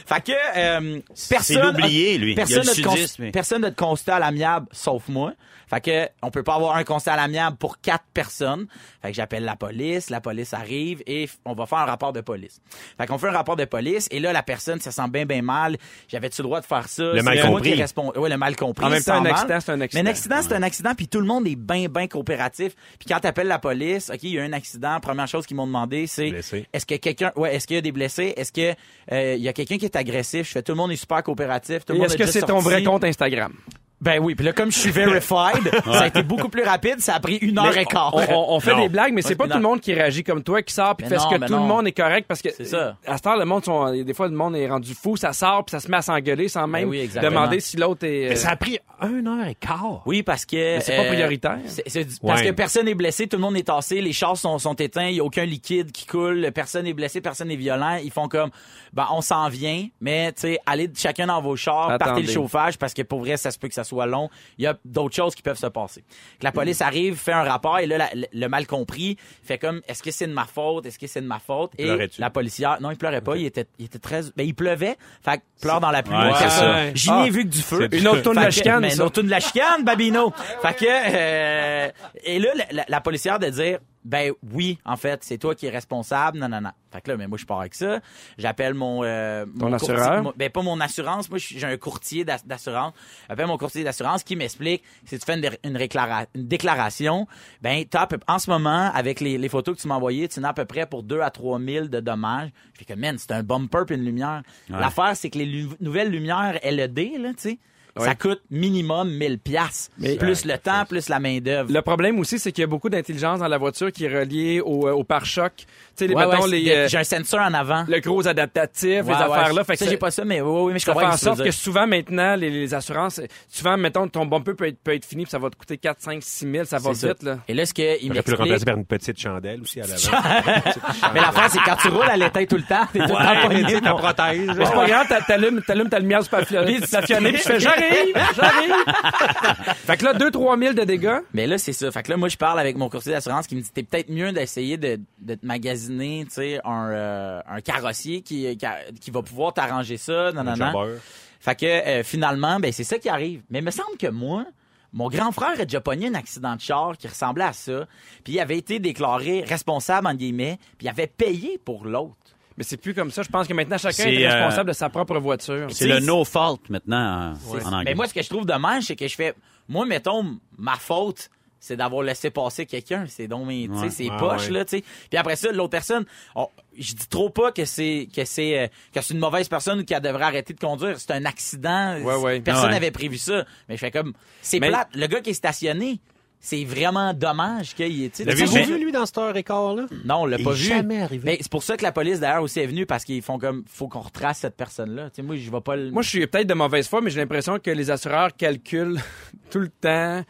Fait que euh, personne a-
l'oublié, lui. Il y a
Personne
le
n'a de cons-
sudiste, mais-
personne n'a de constat à l'amiable sauf moi. Fait que on peut pas avoir un constat à l'amiable pour quatre personnes. Fait que j'appelle la police, la police arrive et f- on va faire un rapport de police. Fait qu'on fait un rapport de police et là la personne se sent bien bien mal. J'avais tu le droit de faire ça.
mal
C'est moi
compris.
qui respond. Ouais, le mal compris.
En même
c'est
temps, un
normal.
accident, c'est un accident.
Mais un accident, c'est un accident puis tout le monde est bien bien coopératif. Puis quand t'appelles la police, OK, il y a eu un accident, première chose qu'ils m'ont demandé c'est
Blessé.
est-ce que quelqu'un ouais, est-ce qu'il y a des blessés Est-ce que euh, il y a quelqu'un qui est agressif Je fais tout le monde est super coopératif, tout
Et
le monde
est-ce
a
que
déjà
c'est ton
sorti.
vrai compte Instagram?
Ben oui, puis là comme je suis verified, ça a été beaucoup plus rapide, ça a pris une heure et quart.
On, on- on fait
Non.
des blagues, mais c'est
Ouais,
pas
non.
tout le monde qui réagit comme toi, qui sort, puis
Ah Mais
fait ce
non,
que
mais
tout
non.
le monde est correct, parce que
C'est ça.
à cette heure, le monde, sont, des fois, le monde est rendu fou, ça sort, puis ça se met à s'engueuler sans même
Ben oui, exactement.
demander si l'autre
Euh,
est...
Ça a pris un heure et quart.
Oui, parce que euh,
c'est pas prioritaire.
c'est- c'est du- parce
Ouais.
que personne est blessé, tout le monde est tassé, les chars sont, sont éteints, il y a aucun liquide qui coule, personne est blessé, personne est violent. Ils font comme, ben on s'en vient, mais tu sais, allez chacun dans vos chars, partez le
Attendez.
chauffage parce que pour vrai ça se peut que ça soit long. Il y a d'autres choses qui peuvent se passer. Que la police
Hmm.
arrive, fait un rapport et là la- le- le mal compris fait comme, est-ce que c'est de ma faute, est-ce que c'est de ma faute et
Pleurais-tu?
la policière, non il pleurait pas, il était, il était très, ben il pleuvait, fait que pleure dans la pluie.
Ouais,
c'est
c'est
ça.
ça.
J'y ai
Ah.
vu que du feu.
Une autre tourne
Fait
de la
que-
chicane,
mais
ça.
une autre tourne de la chicane, Babino. fait que, euh, et là, la, la- la policière de dire, ben oui, en fait, c'est toi qui es responsable, non, non, non. Fait que là, mais moi, je pars avec ça. J'appelle mon, euh,
Ton
mon courtier-
assureur?
mon- ben pas mon assurance, moi, je suis- j'ai un courtier d'as- d'assurance. J'appelle mon courtier d'assurance qui m'explique, si tu fais une, dé- une, réclara- une déclaration, ben t'as top, en ce moment, avec les, les photos que tu m'as envoyées, tu en as à peu près pour 2 à 3 000 de dommages. Je fais que, man, c'est un bumper puis une lumière. L'affaire, c'est que les lu- nouvelles lumières LED, là, tu sais, ça coûte minimum 1000 pièces plus le temps plus la main d'œuvre
Le problème aussi, c'est qu'il y a beaucoup d'intelligence dans la voiture qui est reliée au, euh, au pare-choc. Tu sais, les-
Ouais,
mettons,
ouais,
les,
c'est-
euh,
j'ai un sensor en avant
le gros adaptatif, les
Ouais, ouais,
affaires-là. fait que
ça, j'ai pas ça mais oui oui mais je
Ça
comprends
fait en
ce que tu
sorte
veux
que
dire.
souvent maintenant, les, les assurances, souvent, mettons, ton bumper peut être, peut être fini, puis ça va te coûter 4, 5, 6 000, ça va
C'est ça.
vite, là.
et là ce que il
J'aurais pu le remplacer
m'explique
par une petite chandelle aussi à l'avant.
mais l'affaire c'est quand tu roules à l'éteint tout le temps t'es tout le temps poigné
Tu
dans-
protège.
Mais c'est pas grave, t'a- t'allumes, t'allumes ta lumière du papillonné, du papillonné, puis tu fais j'arrive, j'arrive. fait que là, 2-3 000 de dégâts.
Mais là, c'est ça. Fait que là, moi, je parle avec mon courtier d'assurance qui me dit t'es peut-être mieux d'essayer de, de te magasiner, tu sais, un, euh, un carrossier qui, qui, a- qui va pouvoir t'arranger ça. Non, non, non.
jambeur.
Fait que euh, finalement, ben c'est ça qui arrive. Mais il me semble que moi, mon grand frère a déjà pogné un accident de char qui ressemblait à ça. Puis il avait été déclaré responsable, en guillemets, puis il avait payé pour l'autre.
Mais c'est plus comme ça. Je pense que maintenant, chacun
C'est,
est,
euh,
responsable de sa propre voiture.
C'est le no fault maintenant en- en anglais.
Mais Ben, moi, ce que je trouve dommage, c'est que je fais, moi, mettons, ma faute, c'est d'avoir laissé passer quelqu'un. C'est donc, mes- tu sais, c'est
Ouais,
poche,
ouais.
là, tu sais. Puis après ça, l'autre personne, on- je dis trop pas que c'est, que c'est, euh, que c'est une mauvaise personne ou qu'elle devrait arrêter de conduire. C'est un accident.
Ouais, ouais.
Personne
Ouais.
n'avait prévu ça. Mais je fais comme, c'est
Mais-
plate. Le gars qui est stationné, c'est vraiment dommage qu'il est, tu sais.
L'avez-vous
Mais-
vu, lui, dans cette heure et quart-là?
non, on l'a
Il
pas
est
vu.
jamais arrivé.
Mais c'est pour ça que la police d'ailleurs aussi est venue parce qu'ils font comme faut qu'on retrace cette personne-là. Tu sais, moi je vais pas le
Moi, je suis peut-être de mauvaise foi, mais j'ai l'impression que les assureurs calculent tout le temps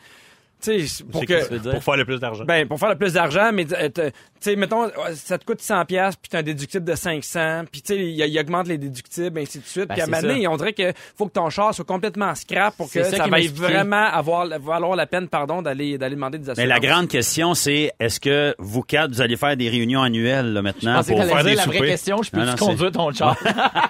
Tu sais, pour
C'est
que...
que- pour faire le plus d'argent.
Ben, pour faire le plus d'argent, mais euh, t'as- tu sais, mettons, euh, ça te coûte 100$, puis t'as un déductible de 500$, puis tu sais, il, il augmente les déductibles, ainsi de suite. puis à un
c'est
moment donné,
ça.
on dirait que faut que ton char soit complètement scrap pour que
C'est
ça,
ça qui
vaille
m'expliquait.
vraiment avoir, valoir la peine, pardon, d'aller d'aller demander des
Mais
assurances.
la grande question, c'est est-ce que vous quatre, vous allez faire des réunions annuelles là, maintenant
pensais que
Ah, pour
t'allais
faire
dire
des
la
soupers?
vraie question, je peux
Non, non,
tu conduire ton char?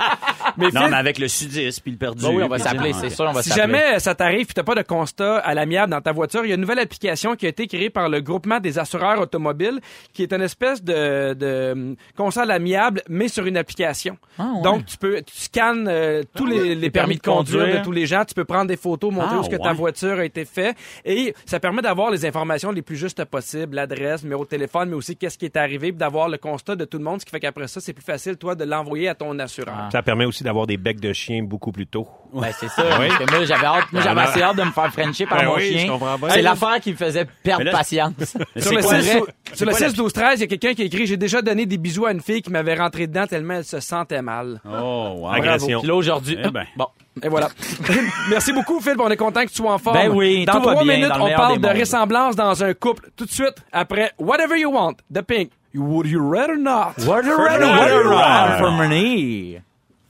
Mais
Non,
Phil,
mais avec le sudiste puis le perdu.
Bah oui, on va
puis-
s'appeler,
Ah,
c'est
ok.
sûr, on va
Si
s'appeler.
jamais euh, ça t'arrive et t'as pas de constat à l'amiable dans ta voiture, il y a une nouvelle application qui a été créée par le groupement des assureurs automobiles, qui est une espèce de, de hum, constat à l'amiable, mais sur une application.
ouais.
Donc, tu peux, tu scannes euh, tous les, les permis de conduire, de tous les gens, tu peux prendre des photos, montrer
Ah,
où ce que ta
ouais.
voiture a été faite, et ça permet d'avoir les informations les plus justes possibles, l'adresse, numéro de téléphone, mais aussi qu'est-ce qui est arrivé, puis d'avoir le constat de tout le monde, ce qui fait qu'après ça, c'est plus facile, toi, de l'envoyer à ton assureur.
Ça permet aussi d'avoir des becs de chien beaucoup plus tôt.
Ben, c'est ça. Parce que moi, j'avais hâte, moi, j'avais assez hâte de me faire frencher par
Ben
mon
oui, je
chien.
comprends bien.
C'est
Hey,
l'affaire qui me faisait perdre
Mais là-
patience.
Mais
Sur
c'est
le,
quoi la-
6,
c'est
sur le
quoi la-
6, 12, 13, il y a quelqu'un qui a écrit J'ai déjà donné des bisous à une fille qui m'avait rentré dedans tellement elle se sentait mal.
Oh, wow.
Agression.
Puis là, aujourd'hui,
Eh ben.
bon.
Et voilà. Merci beaucoup, Phil. On est content que tu sois en forme.
Ben oui,
dans
tout va
trois
bien,
minutes,
dans le
on
meilleur
parle
des
de
mondes.
ressemblance dans un couple. Tout de suite, après Whatever You Want, The Pink. Would you rather not?
What a
rather, what a rather.
for money.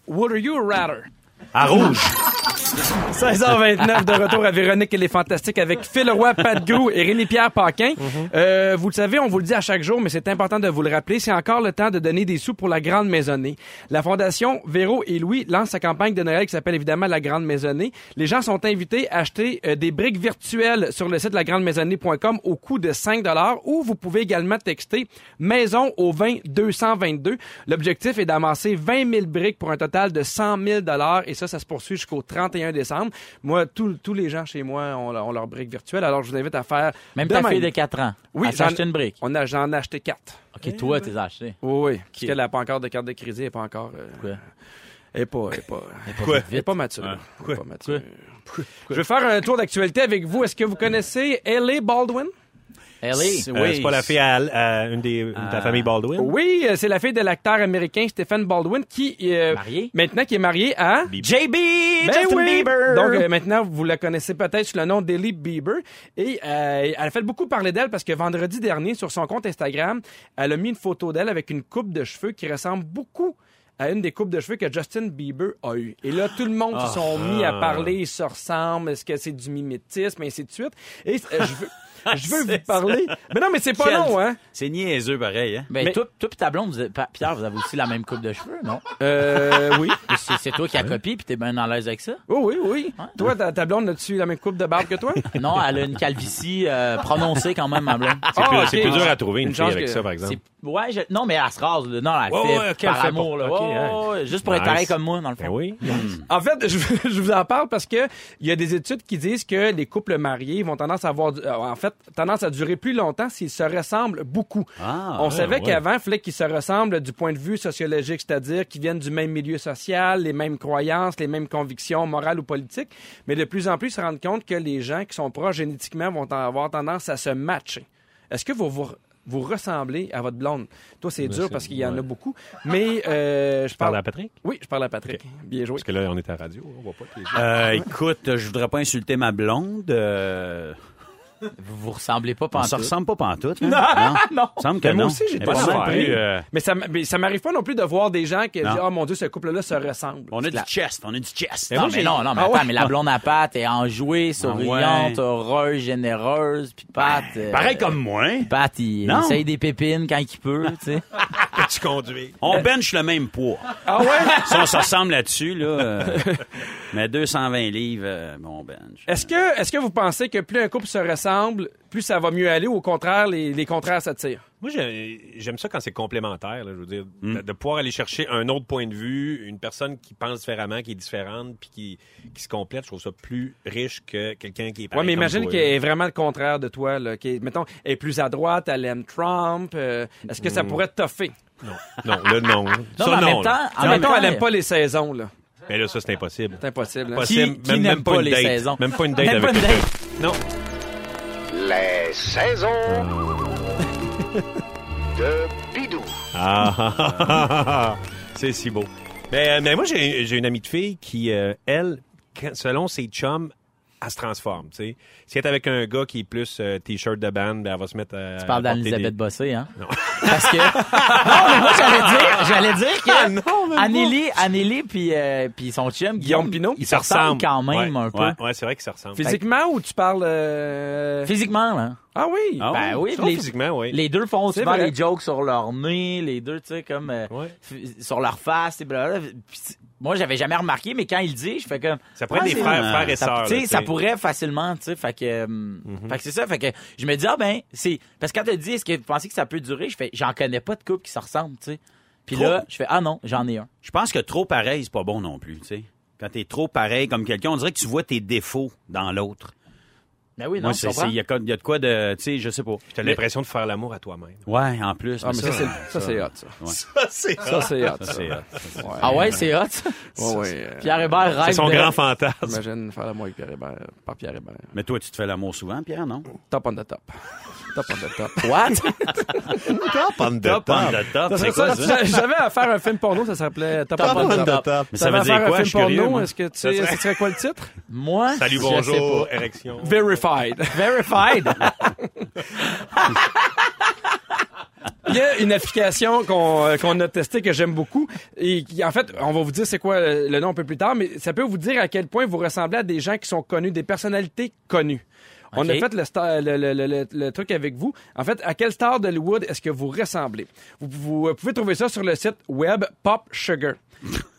Would you rather?
À rouge.
Ah,
16h29 de retour à Véronique et les Fantastiques avec Phil Roy, Pat Gou et Rémi-Pierre Paquin. Euh, vous le savez, on vous le dit à chaque jour, mais c'est important de vous le rappeler. C'est encore le temps de donner des sous pour la Grande Maisonnée. La Fondation Véro et Louis lance sa campagne de Noël qui s'appelle évidemment la Grande Maisonnée. Les gens sont invités à acheter euh, des briques virtuelles sur le site lagrandemaisonnée.com au coût de 5 ou vous pouvez également texter Maison au 20 222. L'objectif est d'amasser 20 000 briques pour un total de 100 000 et ça, ça se poursuit jusqu'au 31 décembre. Moi, tous- tous les gens chez moi ont, leur- ont leur brique virtuelle, alors je vous invite à faire
Même
de
ta
même.
fille de 4 ans.
Oui,
elle s'est
j'en-
acheté une brique.
On a, j'en ai acheté quatre.
OK, toi, t'es acheté.
Oui, oui, parce qu'elle n'a pas encore de carte de crédit, elle n'est pas encore... euh,
Pourquoi?
elle n'est pas, elle est pas,
Quoi?
elle est pas mature. Elle est pas mature. Je vais faire un tour d'actualité avec vous. Est-ce que vous connaissez Ellie Baldwin?
Elle est.
Euh, c'est Ah. pas la fille à, à une des, de ta famille Baldwin?
Oui, euh, c'est la fille de l'acteur américain Stephen Baldwin qui euh,
Marié?
maintenant qui est marié à
JB!
Ben
Justin
oui!
Bieber!
Donc euh, maintenant vous la connaissez peut-être sous le nom d'Ellie Bieber et euh, elle a fait beaucoup parler d'elle parce que vendredi dernier sur son compte Instagram, elle a mis une photo d'elle avec une coupe de cheveux qui ressemble beaucoup à une des coupes de cheveux que Justin Bieber a eu. Et là, tout le monde se sont mis à parler, ils se ressemblent, est-ce que c'est du mimétisme, et ainsi de suite. Et euh, je veux, je veux vous parler. Mais non, mais c'est pas
Quel-
long, hein?
C'est niaiseux pareil, hein?
Ben,
Mais-
toi, toi pis ta blonde, vous avez- Pa- Pierre, vous avez aussi la même coupe de cheveux, non?
Euh, oui.
C'est c'est toi qui as copié, puis t'es bien à l'aise avec ça?
Oh oui, oui. Toi, ta, ta blonde, as-tu la même coupe de barbe que toi?
Non, elle a une calvitie euh, prononcée quand même, ma blonde.
C'est plus,
Ah,
c'est
ok.
plus dur à trouver une,
Une
fille
chance
avec
que-
ça, par exemple.
C'est- Ouais, je- non, mais elle se rase. Là. Non, elle
Ouais,
fait
ouais, ok, elle
par
fait
amour.
pour-
là.
ok, hein.
Ouais, ouais, juste pour être
Nice.
pareil comme moi, dans le fond.
Ben oui.
En fait, je, je vous en parle parce que il y a des études qui disent que les couples mariés vont tendance à avoir, du- euh, en fait, tendance à durer plus longtemps s'ils se ressemblent beaucoup.
Ah,
On
ouais,
savait
ouais.
qu'avant, il fallait qu'ils se ressemblent du point de vue sociologique, c'est-à-dire qu'ils viennent du même milieu social, les mêmes croyances, les mêmes convictions morales ou politiques. Mais de plus en plus, ils se rendent compte que les gens qui sont proches génétiquement vont en- avoir tendance à se matcher. Est-ce que vous vous, vous ressemblez à votre blonde? Toi, c'est dur parce qu'il y en a beaucoup. Mais euh, je
Parle
parle.
à Patrick.
Oui, je parle à Patrick. Bien joué.
Parce que là, on est à la radio. On voit pas tes yeux.
Euh, écoute, je voudrais pas insulter ma blonde. euh,
Vous vous ressemblez pas
on
pendant
se ressemble pas pantoute. Hein? Non, non. Semble que
Mais
Ben
moi
non.
aussi, j'ai
Mais
pas
pas
mal
mal
pris.
pris, euh,
Mais ça, m- mais ça m'arrive pas non plus de voir des gens qui
Non.
disent, oh mon Dieu, ce couple-là se ressemble.
On a du
La-
chest, on a du chest.
Ben
Non, mais non, non, mais
Ah
attends,
ouais?
mais la blonde à Pat est
Ah
enjouée, souriante,
ouais.
heureuse, généreuse, puis Pat...
Ben,
euh,
Pareil comme moi.
Pat, il, il
Non.
essaye des pépines quand il peut, tu sais.
tu conduis.
On bench le même poids.
Ah ouais?
Si on se ressemble là-dessus, là, euh, mais 220 livres, euh, bon bench.
Est-ce que, est-ce que vous pensez que plus un couple se ressemble, plus ça va mieux aller ou au contraire, les, les contraires s'attirent?
Moi, j'ai- j'aime ça quand c'est complémentaire. là, je veux dire, de, de pouvoir aller chercher un autre point de vue, une personne qui pense différemment, qui est différente, puis qui, qui se complète. Je trouve ça plus riche que quelqu'un qui est
Ouais, mais
pareil Ah, comme
imagine
toi,
qu'elle
là.
est vraiment le contraire de toi, là. Qui est, mettons, elle est plus à droite, elle aime Trump. euh, est-ce que ça pourrait te toffer?
Non, là, non.
Non, mais
ça,
en
non.
même
là.
temps... En
Ah,
même
mettons,
temps,
elle aime pas les saisons, là.
Mais là, ça, c'est impossible.
C'est impossible. hein.
Impossible.
Qui- qui n'aime pas
une
les
date.
saisons?
Même pas une date
Même pas
avec
une
quelqu'un. Non.
Les saisons de Bidou.
Ah, ah, ah, ah, ah, ah. c'est si beau. Ben, Mais, euh, mais moi, j'ai j'ai une amie de fille qui, euh, elle, quand- selon ses chums, elle se transforme. tu sais. Si elle est avec un gars qui est plus euh, T-shirt de band, ben, elle va se mettre à.
Tu parles
à porter des-
d'Anne-Elisabeth Bossé, hein?
Non.
Parce que. non, mais moi, j'allais dire, j'allais dire
Ah,
que. Anneli, Anneli, puis, euh, puis son chum, Guillaume
Guillaume Pinot.
ils se ressemblent quand même
Ouais,
un peu.
ouais, Ouais, c'est vrai qu'ils se ressemblent.
Physiquement ou tu parles. euh,
Physiquement, hein? là.
Ah oui.
Ah
Ben oui,
Ils sont
les,
physiquement, oui.
les deux font
C'est
souvent
vrai.
les jokes sur leur nez, les deux, tu sais, comme. euh,
Ouais.
f- sur leur face, et blablabla. Puis c'est- moi, j'avais jamais remarqué, mais quand il le dit, je fais comme.
Ça pourrait être
Ah,
des
c'est-
frères, frères et
ça,
sœurs.
tu sais,
là, Mm-hmm.
ça pourrait facilement, tu sais, fait que, euh, fait que c'est ça, fait que je me dis ah ben c'est parce que quand tu dis est-ce que vous pensez que ça peut durer, je fais j'en connais pas de couple qui se ressemble, tu sais. Puis
Trop.
là, je fais ah non, j'en ai un.
Je pense que trop pareil, c'est pas bon non plus, tu sais. Quand t'es trop pareil comme quelqu'un, on dirait que tu vois tes défauts dans l'autre.
Ben oui, non,
Moi,
tu
c'est,
comprends?
c'est- il y, a co- il y a de quoi de, tu sais, je sais pas.
T'as l'impression de faire l'amour à toi-même.
Ouais, en plus.
Ah, mais ça, c'est, ça, c'est hot, ça. Ça, c'est hot, ça.
c'est hot.
Ouais.
Ah ouais, c'est hot.
Ouais, ouais, euh,
Pierre Hébert rêve.
C'est son
de-
grand fantasme.
J'imagine faire l'amour avec Pierre Hébert, euh, par Pierre Hébert.
Mais toi, tu te fais l'amour souvent, Pierre, non?
Top on the top. Top on the top.
What?
Top on the top,
Ça
c'est
serait ça,
quoi ça?
si j'avais à faire un film porno, ça s'appelait Top,
Top
on the
on the
top.
top.
Mais ça
T'avais
veut
à
dire
faire
quoi?
un
Je
film
suis curieux,
porno,
moi.
est-ce que tu sais, ce serait quoi le titre?
Moi,
Salut,
je
bonjour, érection.
Verified.
sais pas. Verified.
Il y a une application qu'on euh, qu'on a testée que j'aime beaucoup et qui, en fait, on va vous dire c'est quoi euh, le nom un peu plus tard, mais ça peut vous dire à quel point vous ressemblez à des gens qui sont connus, des personnalités connues. On a
Ok.
fait le, star- le, le- le- le- le truc avec vous. En fait, à quelle star d'Hollywood est-ce que vous ressemblez? Vous, vous, euh, pouvez trouver ça sur le site web Pop Sugar.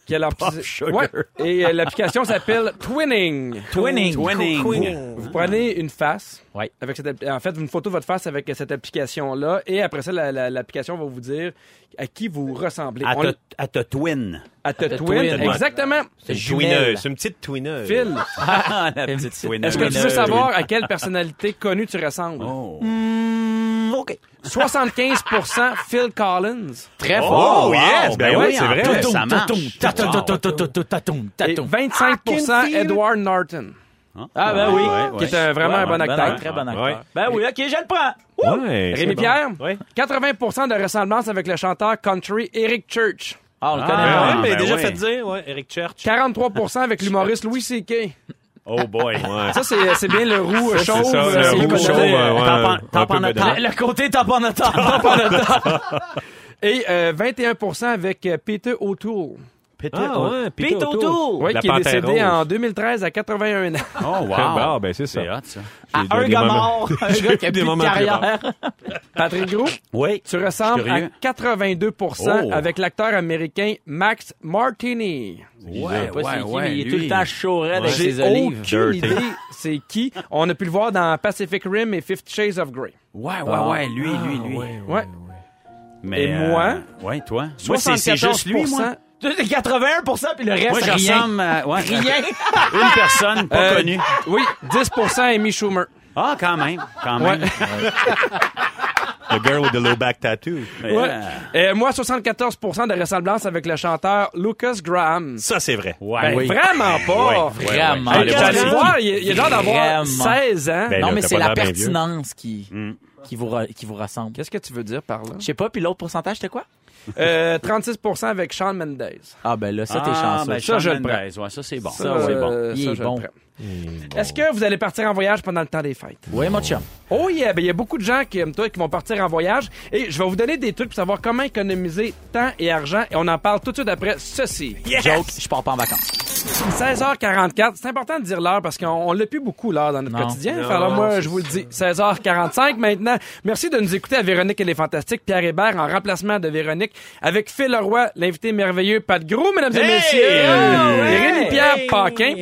Qui est leur petit-
Sugar.
Ouais. Et euh, l'application s'appelle Twinning.
Twinning.
Twinning.
Vous prenez une face.
Ouais.
Avec cette, app- en fait, une photo de votre face avec euh, cette application-là. Et après ça, la- la- l'application va vous dire à qui vous ressemblez.
À
On-
te- À te twin.
à te
te
twin.
twin.
Exactement.
C'est une jumelle.
Twineuse. C'est une petite twineuse.
Phil,
Ah, la petite Euh, twinneuse.
est-ce que tu veux savoir à quelle personnalité connue tu ressembles?
Oh.
Mm, OK.
75% Phil Collins
Très fort.
Oh, yes! Ben
Ben
oui,
oui,
c'est
en
vrai.
plus. Ça
Tatoum,
marche.
tatoum, tatoum, tatoum, tatoum, tatoum,
et
tatoum.
25% Edward Norton.
Ah ben oui,
qui est un- vraiment un bon acteur.
Très bon acteur.
Ouais.
Ben oui, OK, je le prends. Ouh!
Ouais, c'est
Rémi
bon.
Pierre,
Oui.
80% de ressemblance avec le chanteur country Eric Church.
Ah, on le
Ben
connaît
ouais,
pas.
ben
mais déjà
ouais.
fait dire, ouais, Eric Church.
43% avec l'humoriste Louis C.K.
Oh boy.
Ça, c'est c'est bien le roux euh, chauve.
C'est ça,
euh,
le
qu'on connaît.
rouge chauve,
T'en
ouais,
pen-
un
t'en
peu
pen-
bedonnant.
Le- Le côté top en attente.
Et euh, 21% avec euh, Peter O'Toole,
Ah ouais, Peter
Pete O'Toole.
oui,
La
qui est
Panthère
décédé
Rose.
en 2013 à 81 ans.
Oh, wow.
Ah, ben, c'est ça.
hot, ça.
À
J'ai eu
un
des
gars
moments-
mort, un
J'ai
gars
eu
qui a
des
plus de
moments plus
carrière.
Patrick Gros,
Oui.
tu ressembles à
Curieux.
82
Oh.
avec l'acteur américain Max Martini.
Ouais, pas c'est qui,
ouais,
mais il est
lui.
tout le temps chaud avec ses
J'ai
olives.
aucune idée c'est qui. On a pu le voir dans Pacific Rim et Fifty Shades of Grey.
Ouais, ouais, ouais, lui, lui, lui.
Ouais.
Mais, euh,
Et moi?
ouais, toi. Moi, c'est c'est juste lui, moi.
74%.
Tu sais, 81 puis le reste,
Moi, je
rien.
ressemble à ouais,
Rien.
une personne pas
Euh,
connue.
Oui, 10 Amy Schumer.
Ah, quand même, quand même.
The girl with the low back tattoo.
Ouais.
Ouais. Et moi, 74 de ressemblance avec le chanteur Lucas Graham.
Ça, c'est vrai.
Ouais.
Ben,
Oui.
Vraiment pas.
Ouais, ouais, ouais.
Vraiment.
Hey,
le
quand tu
Graham.
le vois, il, il a l'air d'avoir
Vraiment.
16 ans.
Ben,
Non,
là,
mais
t'as
c'est
pas
la
l'air bien vieux.
pertinence qui, qui, vous, re- qui vous rassemble.
Qu'est-ce que tu veux dire par là?
Je sais pas, puis l'autre pourcentage, c'était quoi?
Euh, 36 avec Sean Mendes.
Ah, ben là, ça, t'es
Ah,
chanceux.
ben,
Ça, je le prends.
Mendes, ouais, ça, c'est bon.
Ça, ouais.
c'est bon.
euh,
Il
ça,
est
je le
bon.
prends. Est-ce que vous allez partir en voyage pendant le temps des fêtes?
Oui, mon chum.
Oh yeah, ben il y a beaucoup de gens qui aiment toi qui vont partir en voyage et je vais vous donner des trucs pour savoir comment économiser temps et argent et on en parle tout de suite après ceci.
Joke, je pars pas en vacances.
16h44, c'est important de dire l'heure parce qu'on on l'a plus beaucoup l'heure dans notre
Non.
quotidien. Fait alors moi, je vous le dis, 16h45 maintenant. Merci de nous écouter à Véronique et les Fantastiques, Pierre Hébert en remplacement de Véronique avec Phil Leroy, l'invité merveilleux Pat Gros, mesdames et messieurs. Et Rémi Pierre Paquin.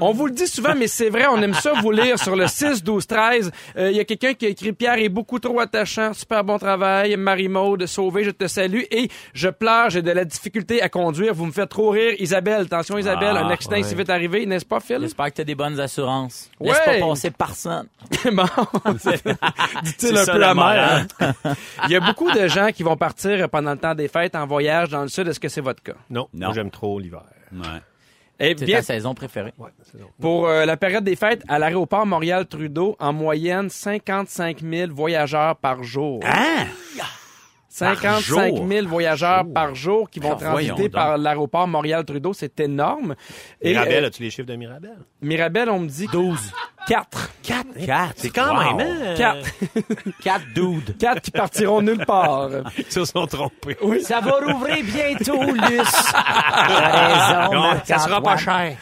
On vous le dit souvent, mais c'est vrai, on aime ça vous lire sur le 6, 12, 13. Euh, Il y a quelqu'un qui a écrit Pierre est beaucoup trop attachant, super bon travail. Marie-Maude, sauvée, je te salue. Et je pleure, j'ai de la difficulté à conduire. Vous me faites trop rire. Isabelle, attention Isabelle,
Ah,
un accident ici vite arrivé, n'est-ce pas, Phil?
J'espère que t'as des bonnes assurances.
Ouais.
Laisse pas passer personne.
bon. Dit-il un
ça,
peu
la
amer. Il y a beaucoup de gens qui vont partir pendant le temps des fêtes en voyage dans le sud. Est-ce que c'est votre cas?
Non,
Non.
moi, j'aime trop l'hiver.
Ouais.
Eh
C'est
bien,
ta saison préférée.
Ouais, c'est drôle.
pour euh, la période des fêtes, à l'aéroport Montréal-Trudeau, en moyenne, 55 000 voyageurs par jour.
Hein?
55
jour?
000 voyageurs par jour qui vont
Ben, voyons
transiter
donc.
par l'aéroport Montréal-Trudeau. C'est énorme. Et,
Mirabel,
euh,
as-tu les chiffres de Mirabel?
Mirabel, on me dit... 12. Quatre. Quatre.
Quatre.
C'est quand
Wow.
même. hein,
Quatre.
Quatre dudes.
Quatre qui partiront nulle part.
Ils se sont trompés.
Ça va rouvrir bientôt, Luce. T'as raison,
Non, ça sera pas
Marc-Antoine.
cher.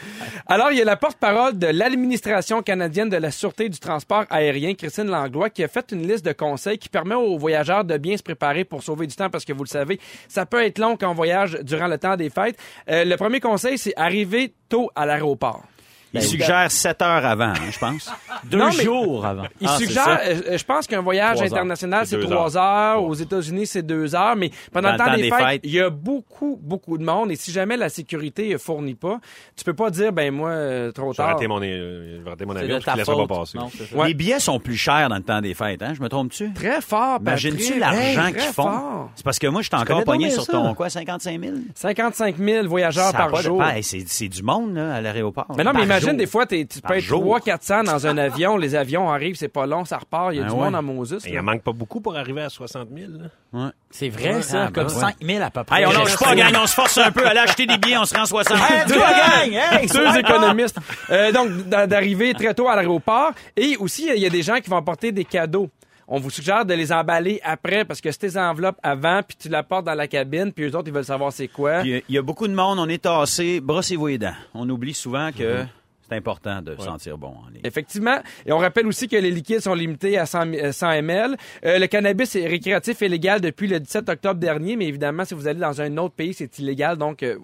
Alors, il y a la porte-parole de l'administration canadienne de la Sûreté du transport aérien, Christine Langlois, qui a fait une liste de conseils qui permet aux voyageurs de bien se préparer pour sauver du temps parce que vous le savez, ça peut être long quand on voyage durant le temps des fêtes. Euh, le premier conseil, c'est arriver tôt à l'aéroport.
Il suggère 7 heures avant, hein, je pense.
Deux
Non, mais-
jours avant.
Il
Ah, c'est
suggère,
ça.
euh, euh, je pense qu'un voyage
Trois heures.
international,
C'est
c'est
deux
trois heures. Aux États-Unis, c'est deux heures. Mais pendant
Dans
le temps des, fêtes, il y a beaucoup, beaucoup de monde. Et si jamais la sécurité euh, fournit pas, tu peux pas dire, ben moi, euh, trop
J'ai
tard.
raté mon, euh, j'ai raté mon
C'est
avion
de
parce qu'ils
ta
ne laisseront pas
faute.
passer.
Non, c'est ça.
Ouais.
Les billets sont plus chers dans le temps des fêtes, hein? Je me trompe-tu?
Très fort, Patrick.
Imagines-tu l'argent
Hey,
qu'ils
très
font?
fort.
C'est parce que moi, je suis
connais
encore
donc
pogné
bien
sur
ça.
ton, quoi, 55 000?
55 000 voyageurs
Ça a
par
pas de-
jour.
Ah, hey, c'est, c'est du monde, là, à l'aéroport.
Mais non, mais
Par
imagine,
jour.
des fois, t'es- tu peux
Par
être
jour.
300-400 dans un avion, les avions arrivent, c'est pas long, ça repart, il y a
Ben
du
ouais.
monde en Moses.
Il en manque pas beaucoup pour arriver à 60 000. là.
C'est vrai,
Ah,
ça.
ben
Comme
ouais.
5 000 à peu près.
Hey, on
Je
lâche
sais.
pas, gang, on se force un peu à aller acheter des billets, on se rend 60
Hey,
Deux,
go, gang! Hey,
deux
swipe up!
économistes. Euh, donc, d'a- d'arriver très tôt à l'aéroport. Et aussi, il y a des gens qui vont porter des cadeaux. On vous suggère de les emballer après parce que c'est tes enveloppes avant, puis tu la portes dans la cabine, puis eux autres, ils veulent savoir c'est quoi.
Puis, euh, il y a beaucoup de monde, on est tassé, brossez-vous les dents. On oublie souvent
Mm-hmm.
que c'est important de sentir bon en ligne.
Effectivement. Et on rappelle aussi que les liquides sont limités à 100, mi- euh, 100 ml. Euh, le cannabis est récréatif et légal depuis le 17 octobre dernier, mais évidemment, si vous allez dans un autre pays, c'est illégal, donc euh,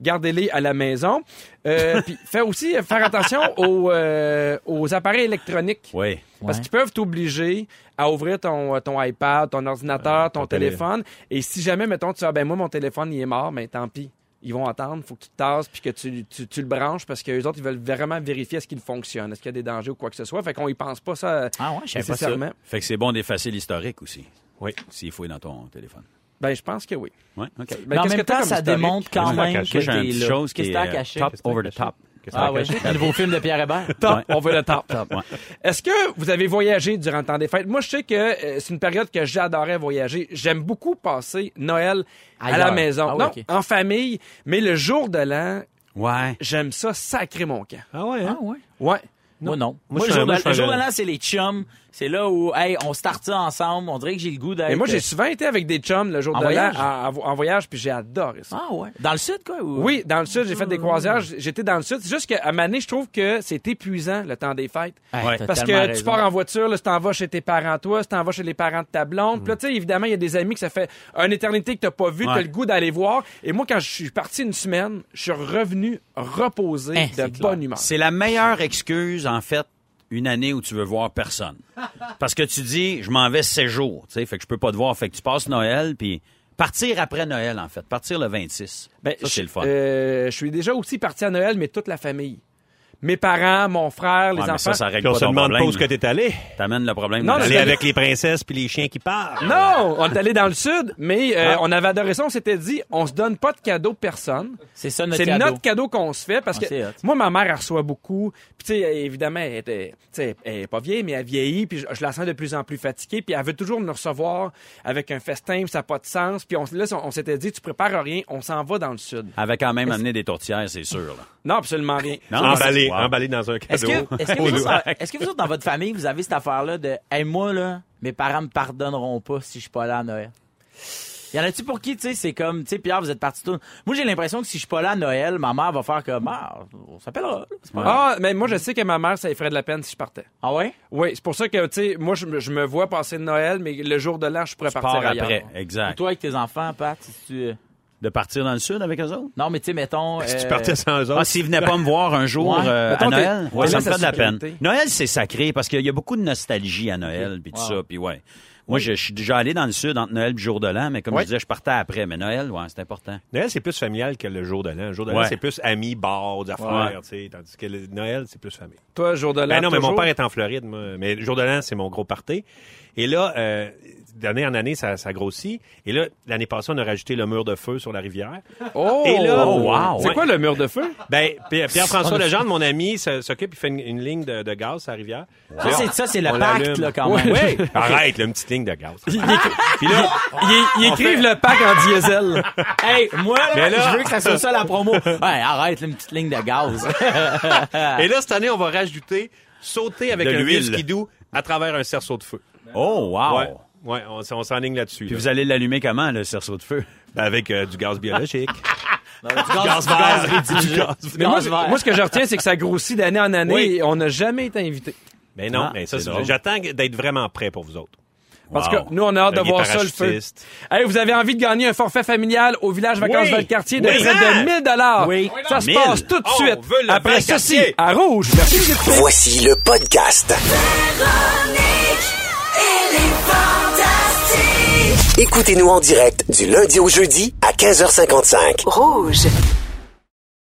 gardez-les à la maison. Euh, puis faire aussi euh, faire attention aux, euh, aux appareils électroniques.
Oui.
Parce
Ouais.
qu'ils peuvent t'obliger à ouvrir ton, euh, ton iPad, ton
Euh,
ordinateur, ton téléphone. Et si jamais, mettons, tu dis, ah, ben moi, mon téléphone, il est mort, mais tant pis. Ils vont attendre, faut que tu te tasses puis que tu, tu, tu le branches parce qu'eux autres, ils veulent vraiment vérifier est-ce qu'il fonctionne, est-ce qu'il y a des dangers ou quoi que ce soit. Fait qu'on y pense pas ça euh,
Ah ouais, je savais pas ça.
nécessairement.
Fait que c'est bon d'effacer l'historique aussi.
Oui.
S'il fouille dans ton téléphone.
Ben, je pense que oui.
Oui, OK.
Ben,
Mais en
qu'est-ce
même
que t'as
temps,
comme
ça
historique?
démontre quand
Qu'est-ce que
même
t'as
que
caché? J'ai une
t'es
petite
là.
chose qui
Qu'est-ce que
est,
t'as
euh,
caché?
top over the top.
Ah ouais, le nouveau film de Pierre Hébert.
Top,
Ouais.
on veut le top.
Ouais.
Est-ce que vous avez voyagé durant le temps des fêtes? Moi, je sais que euh, c'est une période que j'adorais voyager. J'aime beaucoup passer Noël à
Ailleurs.
la maison.
Ah oui,
non,
ok.
en famille, mais le jour de l'an,
Ouais.
j'aime ça sacrer mon camp.
Ah ouais, hein?
Ah ouais.
Ouais.
Moi, non. Moi,
Moi,
le
je suis
jour
un- moi,
de-
je suis
le
un-
jour de l'an, c'est les chums. C'est là où, hey, on start ça ensemble. On dirait que j'ai le goût d'être.
Et moi, j'ai souvent été avec des chums le jour
En
de l'an
voyage?
à- à- en voyage, puis j'ai adoré ça.
Ah ouais. Dans le sud, quoi? ou-
Oui, dans le sud, j'ai fait des croisières. j- J'étais dans le sud. C'est juste qu'à Mané, je trouve que c'est épuisant le temps des fêtes.
Hey,
Ouais.
t'as
Parce
tellement
que tu
raison.
pars en voiture, là, tu t'en vas chez tes parents, toi, tu t'en vas chez les parents de ta
Mm.
blonde. Puis là, tu sais, évidemment, il y a des amis que ça fait une éternité que t'as pas vu, t'as
Ouais.
le goût d'aller voir. Et moi, quand je suis parti une semaine, je suis revenu reposé
Hein,
de
c'est clair.
bonne humeur.
C'est la meilleure excuse, en fait, une année où tu veux voir personne. Parce que tu dis, je m'en vais ces jours, tu sais, fait que je peux pas te voir. Fait que tu passes Noël, puis partir après Noël, en fait. Partir le 26.
Ben,
ça, c'est le fun.
Ben, Euh, je suis déjà aussi parti à Noël, mais toute la famille. Mes parents, mon frère, les
Ouais, mais
enfants.
ça, ça
Puis
règle
on
pas
se
ton
demande pas
problème.
où est-ce que t'es allé.
T'amènes le problème.
Non, mais
dans la-
Aller
c'est-
avec les princesses puis les chiens qui parlent.
Non, on est allé dans le sud, mais euh, on avait adoré ça. On s'était dit, on se donne pas de cadeau personne.
C'est ça notre
C'est
cadeau.
notre cadeau qu'on se fait parce
Ah,
que
c'est hot.
moi, ma mère, elle reçoit beaucoup. Puis, tu sais, évidemment, elle, était- tu sais, elle est pas vieille, mais elle vieillit. Puis, je, je la sens de plus en plus fatiguée. Puis, elle veut toujours me recevoir avec un festin. puis ça n'a pas de sens. Puis, on, là, on s'était dit, tu prépares rien, on s'en va dans le sud.
Elle avait quand même amené des tourtières, c'est sûr. Là.
Non, absolument rien.
Non, mais
Emballé,
c'est- wow.
emballé dans un
Est-ce
cadeau.
que, est-ce, que
Au
vous autres,
doigt.
est-ce que vous autres, dans votre famille, vous avez cette affaire-là de Hey, moi, là, mes parents me pardonneront pas si je suis pas là à Noël? Y en a-tu pour qui, tu sais, c'est comme, tu sais, Pierre, vous êtes parti tout. Moi, j'ai l'impression que si je suis pas là à Noël, ma mère va faire comme, ah, on s'appellera. là. C'est pas grave.
Ah, mais moi, je sais que ma mère, ça lui ferait de la peine si je partais.
Ah ouais?
Oui, c'est pour ça que, tu sais, moi, je, me- je me vois passer Noël, mais le jour de l'an, je pourrais
Part
partir ailleurs.
après,
Ou
exact.
toi, avec tes enfants, Pat, si tu.
De partir dans le sud avec eux autres?
Non, mais tu sais, mettons.
Si tu
euh,
partais sans eux
Ah,
autres,
s'ils venaient pas me voir un jour
Ouais.
euh,
Mettons,
à
t'es-
Noël,
t'es
ouais, ça
là,
me
sa
fait de la peine.
sécurité.
Noël, c'est sacré parce qu'il y a beaucoup de nostalgie à Noël, puis tout
Wow.
ça, puis ouais. Moi, je, je suis déjà allé dans le sud entre Noël et jour de l'an, mais comme
Ouais.
je disais, je partais après. Mais Noël, ouais, c'est important.
Noël, c'est plus familial que le jour de l'an. Le jour de l'an,
Ouais.
c'est plus amis, bars, des
Ouais.
affaires, tu sais. Tandis que le- Noël, c'est plus famille.
Toi, jour de l'an.
Ben non, mais mon
toujours.
père est en Floride, moi. Mais le jour de l'an, c'est mon gros party. Et là, euh, d'année en année, ça, ça grossit. Et là, l'année passée, on a rajouté le mur de feu sur la rivière.
Oh!
Et là-
Oh, wow.
C'est
Ouais.
quoi le mur de feu?
Ben, Pierre- Pierre-François Legendre, mon ami, se- s'occupe, il fait une, une ligne de, de gaz à la rivière.
Ça, c'est, ça, c'est le
On
pacte,
l'allume.
là, quand même.
Oui, arrête, là, une petite ligne de gaz.
Puis là, ils, ils écrivent le pack en diesel.
Hey, moi, là,
Mais là-
je veux que ça soit ça la promo. Ouais, arrête, là, une petite ligne de gaz.
Et là, cette année, on va rajouter sauter avec
De
un vieux
l'huile.
skidoo à travers un cerceau de feu.
Oh, wow!
Ouais, ouais, on, s- on s'enligne là-dessus.
Puis
là.
vous allez l'allumer comment, le cerceau de feu?
Avec euh, du gaz biologique.
gaz vert.
du gaz.
Mais moi,
Gaz
ce-
vert.
moi, ce que je retiens, c'est que ça grossit d'année en année
Oui.
et on n'a jamais été invité.
Mais non,
Ah,
mais ça,
c'est
c'est-
drôle.
j'attends que- d'être vraiment prêt pour vous autres.
Parce
Wow.
que nous, on a hâte de
Il est
voir ça, le feu.
parachutiste.
Hey, vous avez envie de gagner un forfait familial au village vacances
Oui.
de quartier de
Oui.
près de 1000 dollars.
Oui.
Ça se
1000.
passe tout de
On
suite.
veut le
Après
vrai
ceci,
quartier.
à rouge.
Voici le podcast.
Véronique, elle est fantastique.
Écoutez-nous en direct du lundi au jeudi à 15h55.
Rouge.